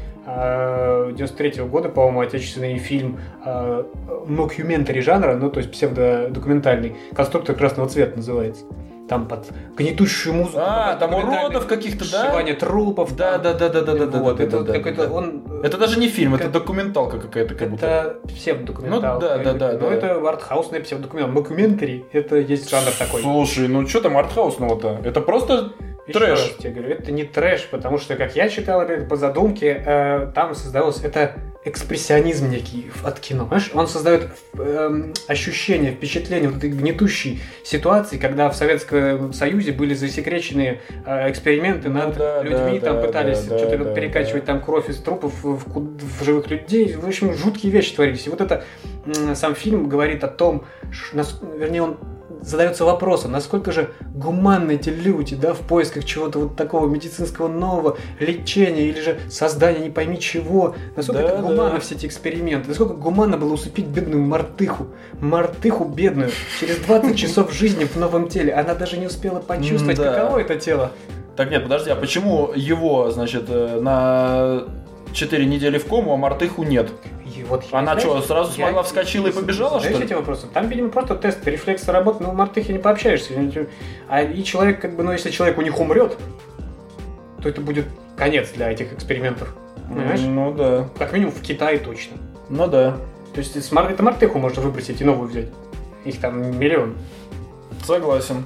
Speaker 2: 93 года, по-моему, отечественный фильм э, мокюментари жанра, ну, то есть псевдодокументальный, «Конструктор красного цвета» называется. Там под гнетущую музыку.
Speaker 1: А,
Speaker 2: под
Speaker 1: там
Speaker 2: документальный-
Speaker 1: уродов каких-то, да?
Speaker 2: Сшивание трупов.
Speaker 1: Да,
Speaker 2: там.
Speaker 1: да, да, да, да, да, да,
Speaker 2: Вот,
Speaker 1: да,
Speaker 2: это
Speaker 1: да, да,
Speaker 2: какой-то
Speaker 1: да.
Speaker 2: он... э,
Speaker 1: Это даже не фильм, это
Speaker 2: как-
Speaker 1: документалка какая-то, как будто.
Speaker 2: Это псевдокументал.
Speaker 1: Ну, да, да, да,
Speaker 2: Но
Speaker 1: да.
Speaker 2: это артхаусный псевдокументал. Мокюментари – это есть жанр такой.
Speaker 1: Слушай, ну что там артхаусного-то? Это просто
Speaker 2: Еще
Speaker 1: Трэш.
Speaker 2: раз тебе говорю, это не трэш, потому что, как я читал, это по задумке, э, там создалось это экспрессионизм некий в- от кино. Понимаешь, он создает эм, ощущение, впечатление вот этой гнетущей ситуации, когда в Советском Союзе были засекречены э, эксперименты
Speaker 1: Ну
Speaker 2: над
Speaker 1: да,
Speaker 2: людьми,
Speaker 1: да,
Speaker 2: там
Speaker 1: да,
Speaker 2: пытались
Speaker 1: да,
Speaker 2: что-то
Speaker 1: да,
Speaker 2: вот перекачивать там кровь из трупов в, ку- в живых людей. В общем, жуткие вещи творились. И вот это м, сам фильм говорит о том, ш- нас- вернее, он задается вопросом, насколько же гуманны эти люди, да, в поисках чего-то вот такого медицинского нового лечения или же создания не пойми чего. Насколько
Speaker 1: Да,
Speaker 2: это гуманно
Speaker 1: да.
Speaker 2: все эти эксперименты, насколько гуманно было усыпить бедную мартыху, мартыху бедную, через 20 часов жизни в новом теле. Она даже не успела почувствовать,
Speaker 1: М-да.
Speaker 2: каково это тело.
Speaker 1: Так нет, подожди, а почему его, значит, э, на 4 недели в кому, а Мартыху нет?
Speaker 2: И вот я,
Speaker 1: Она
Speaker 2: знаешь,
Speaker 1: что, сразу
Speaker 2: я-
Speaker 1: смогла вскочила и побежала,
Speaker 2: Знаешь,
Speaker 1: что ли?
Speaker 2: этим вопросом? Там, видимо, просто тест, Ну, рефлексы работы, но в мартыхе не пообщаешься. А и человек, как бы, ну, если человек у них умрет, то это будет конец для этих экспериментов. Понимаешь?
Speaker 1: Ну да.
Speaker 2: Как минимум в Китае точно.
Speaker 1: Ну да.
Speaker 2: То есть с мар- это мартыху можно выбросить и новую взять. Их там миллион.
Speaker 1: Согласен.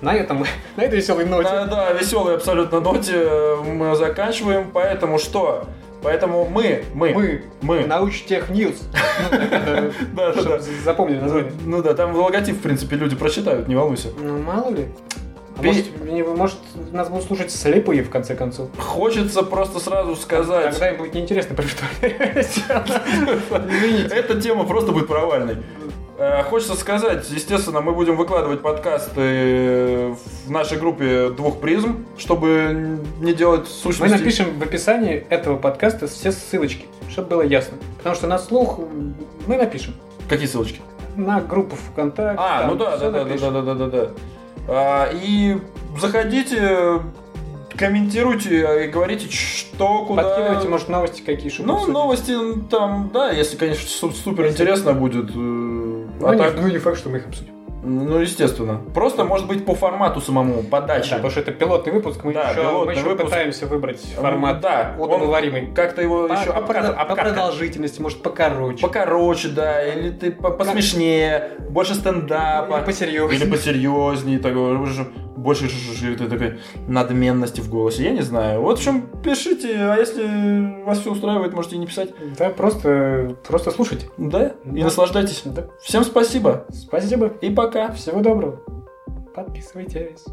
Speaker 2: На этом, на этой веселой ноте.
Speaker 1: Да, да, веселой абсолютно ноте э, мы заканчиваем, поэтому что? Поэтому мы, мы,
Speaker 2: Мы,
Speaker 1: мы.
Speaker 2: Научтех Ньюс. Ну, так это,
Speaker 1: Да, да,
Speaker 2: чтобы
Speaker 1: да.
Speaker 2: Запомнили название.
Speaker 1: Ну да, там логотип, в принципе, люди прочитают, не волнуйся.
Speaker 2: Ну, мало ли. А
Speaker 1: Пи-
Speaker 2: Может, не- может, нас будут слушать слепые, в конце концов.
Speaker 1: Хочется просто сразу сказать,
Speaker 2: Тогда им будет неинтересно про виртуальную реальность. Извините.
Speaker 1: эта тема просто будет провальной. Э, Хочется сказать, естественно, мы будем выкладывать подкасты э, в нашей группе двух призм, чтобы не делать сущности.
Speaker 2: Мы напишем в описании этого подкаста все ссылочки, чтобы было ясно. Потому что на слух м, мы напишем.
Speaker 1: Какие ссылочки?
Speaker 2: На группу ВКонтакте.
Speaker 1: А,
Speaker 2: там
Speaker 1: ну да,
Speaker 2: всё
Speaker 1: да, да, да,
Speaker 2: напишем.
Speaker 1: да, да, да, да. А, и заходите, комментируйте и говорите, что куда.
Speaker 2: Подкидывайте, может, новости какие, чтобы
Speaker 1: Ну,
Speaker 2: обсудить.
Speaker 1: новости ну, там, да, если, конечно, су- супер интересно будет. э,
Speaker 2: Ну,
Speaker 1: А
Speaker 2: не-
Speaker 1: так,
Speaker 2: ну, не факт, что мы их обсудим.
Speaker 1: ну, естественно. Просто, может быть, по формату самому,
Speaker 2: Да,
Speaker 1: подача.
Speaker 2: потому что это пилотный выпуск, мы
Speaker 1: Да,
Speaker 2: еще, мы
Speaker 1: пилотный
Speaker 2: еще
Speaker 1: выпуск. Ну,
Speaker 2: пытаемся выбрать формат
Speaker 1: Да, Э, он-
Speaker 2: удобоваримый.
Speaker 1: Как-то а его
Speaker 2: По,
Speaker 1: еще
Speaker 2: по
Speaker 1: обката-
Speaker 2: продо- по
Speaker 1: обкатка.
Speaker 2: продолжительности, может, покороче.
Speaker 1: Покороче, да, или ты по- посмешнее, больше стендапа.
Speaker 2: Или посерьезнее.
Speaker 1: Или посерьезнее, такой, уже больше ж- ж- этой такой надменности в голосе, я не знаю. Вот в чем пишите, а если вас все устраивает, можете и не писать.
Speaker 2: Да, просто, просто слушайте.
Speaker 1: Да, и
Speaker 2: Да.
Speaker 1: наслаждайтесь.
Speaker 2: Да.
Speaker 1: Всем спасибо
Speaker 2: Спасибо.
Speaker 1: и пока.
Speaker 2: Всего доброго. Подписывайтесь.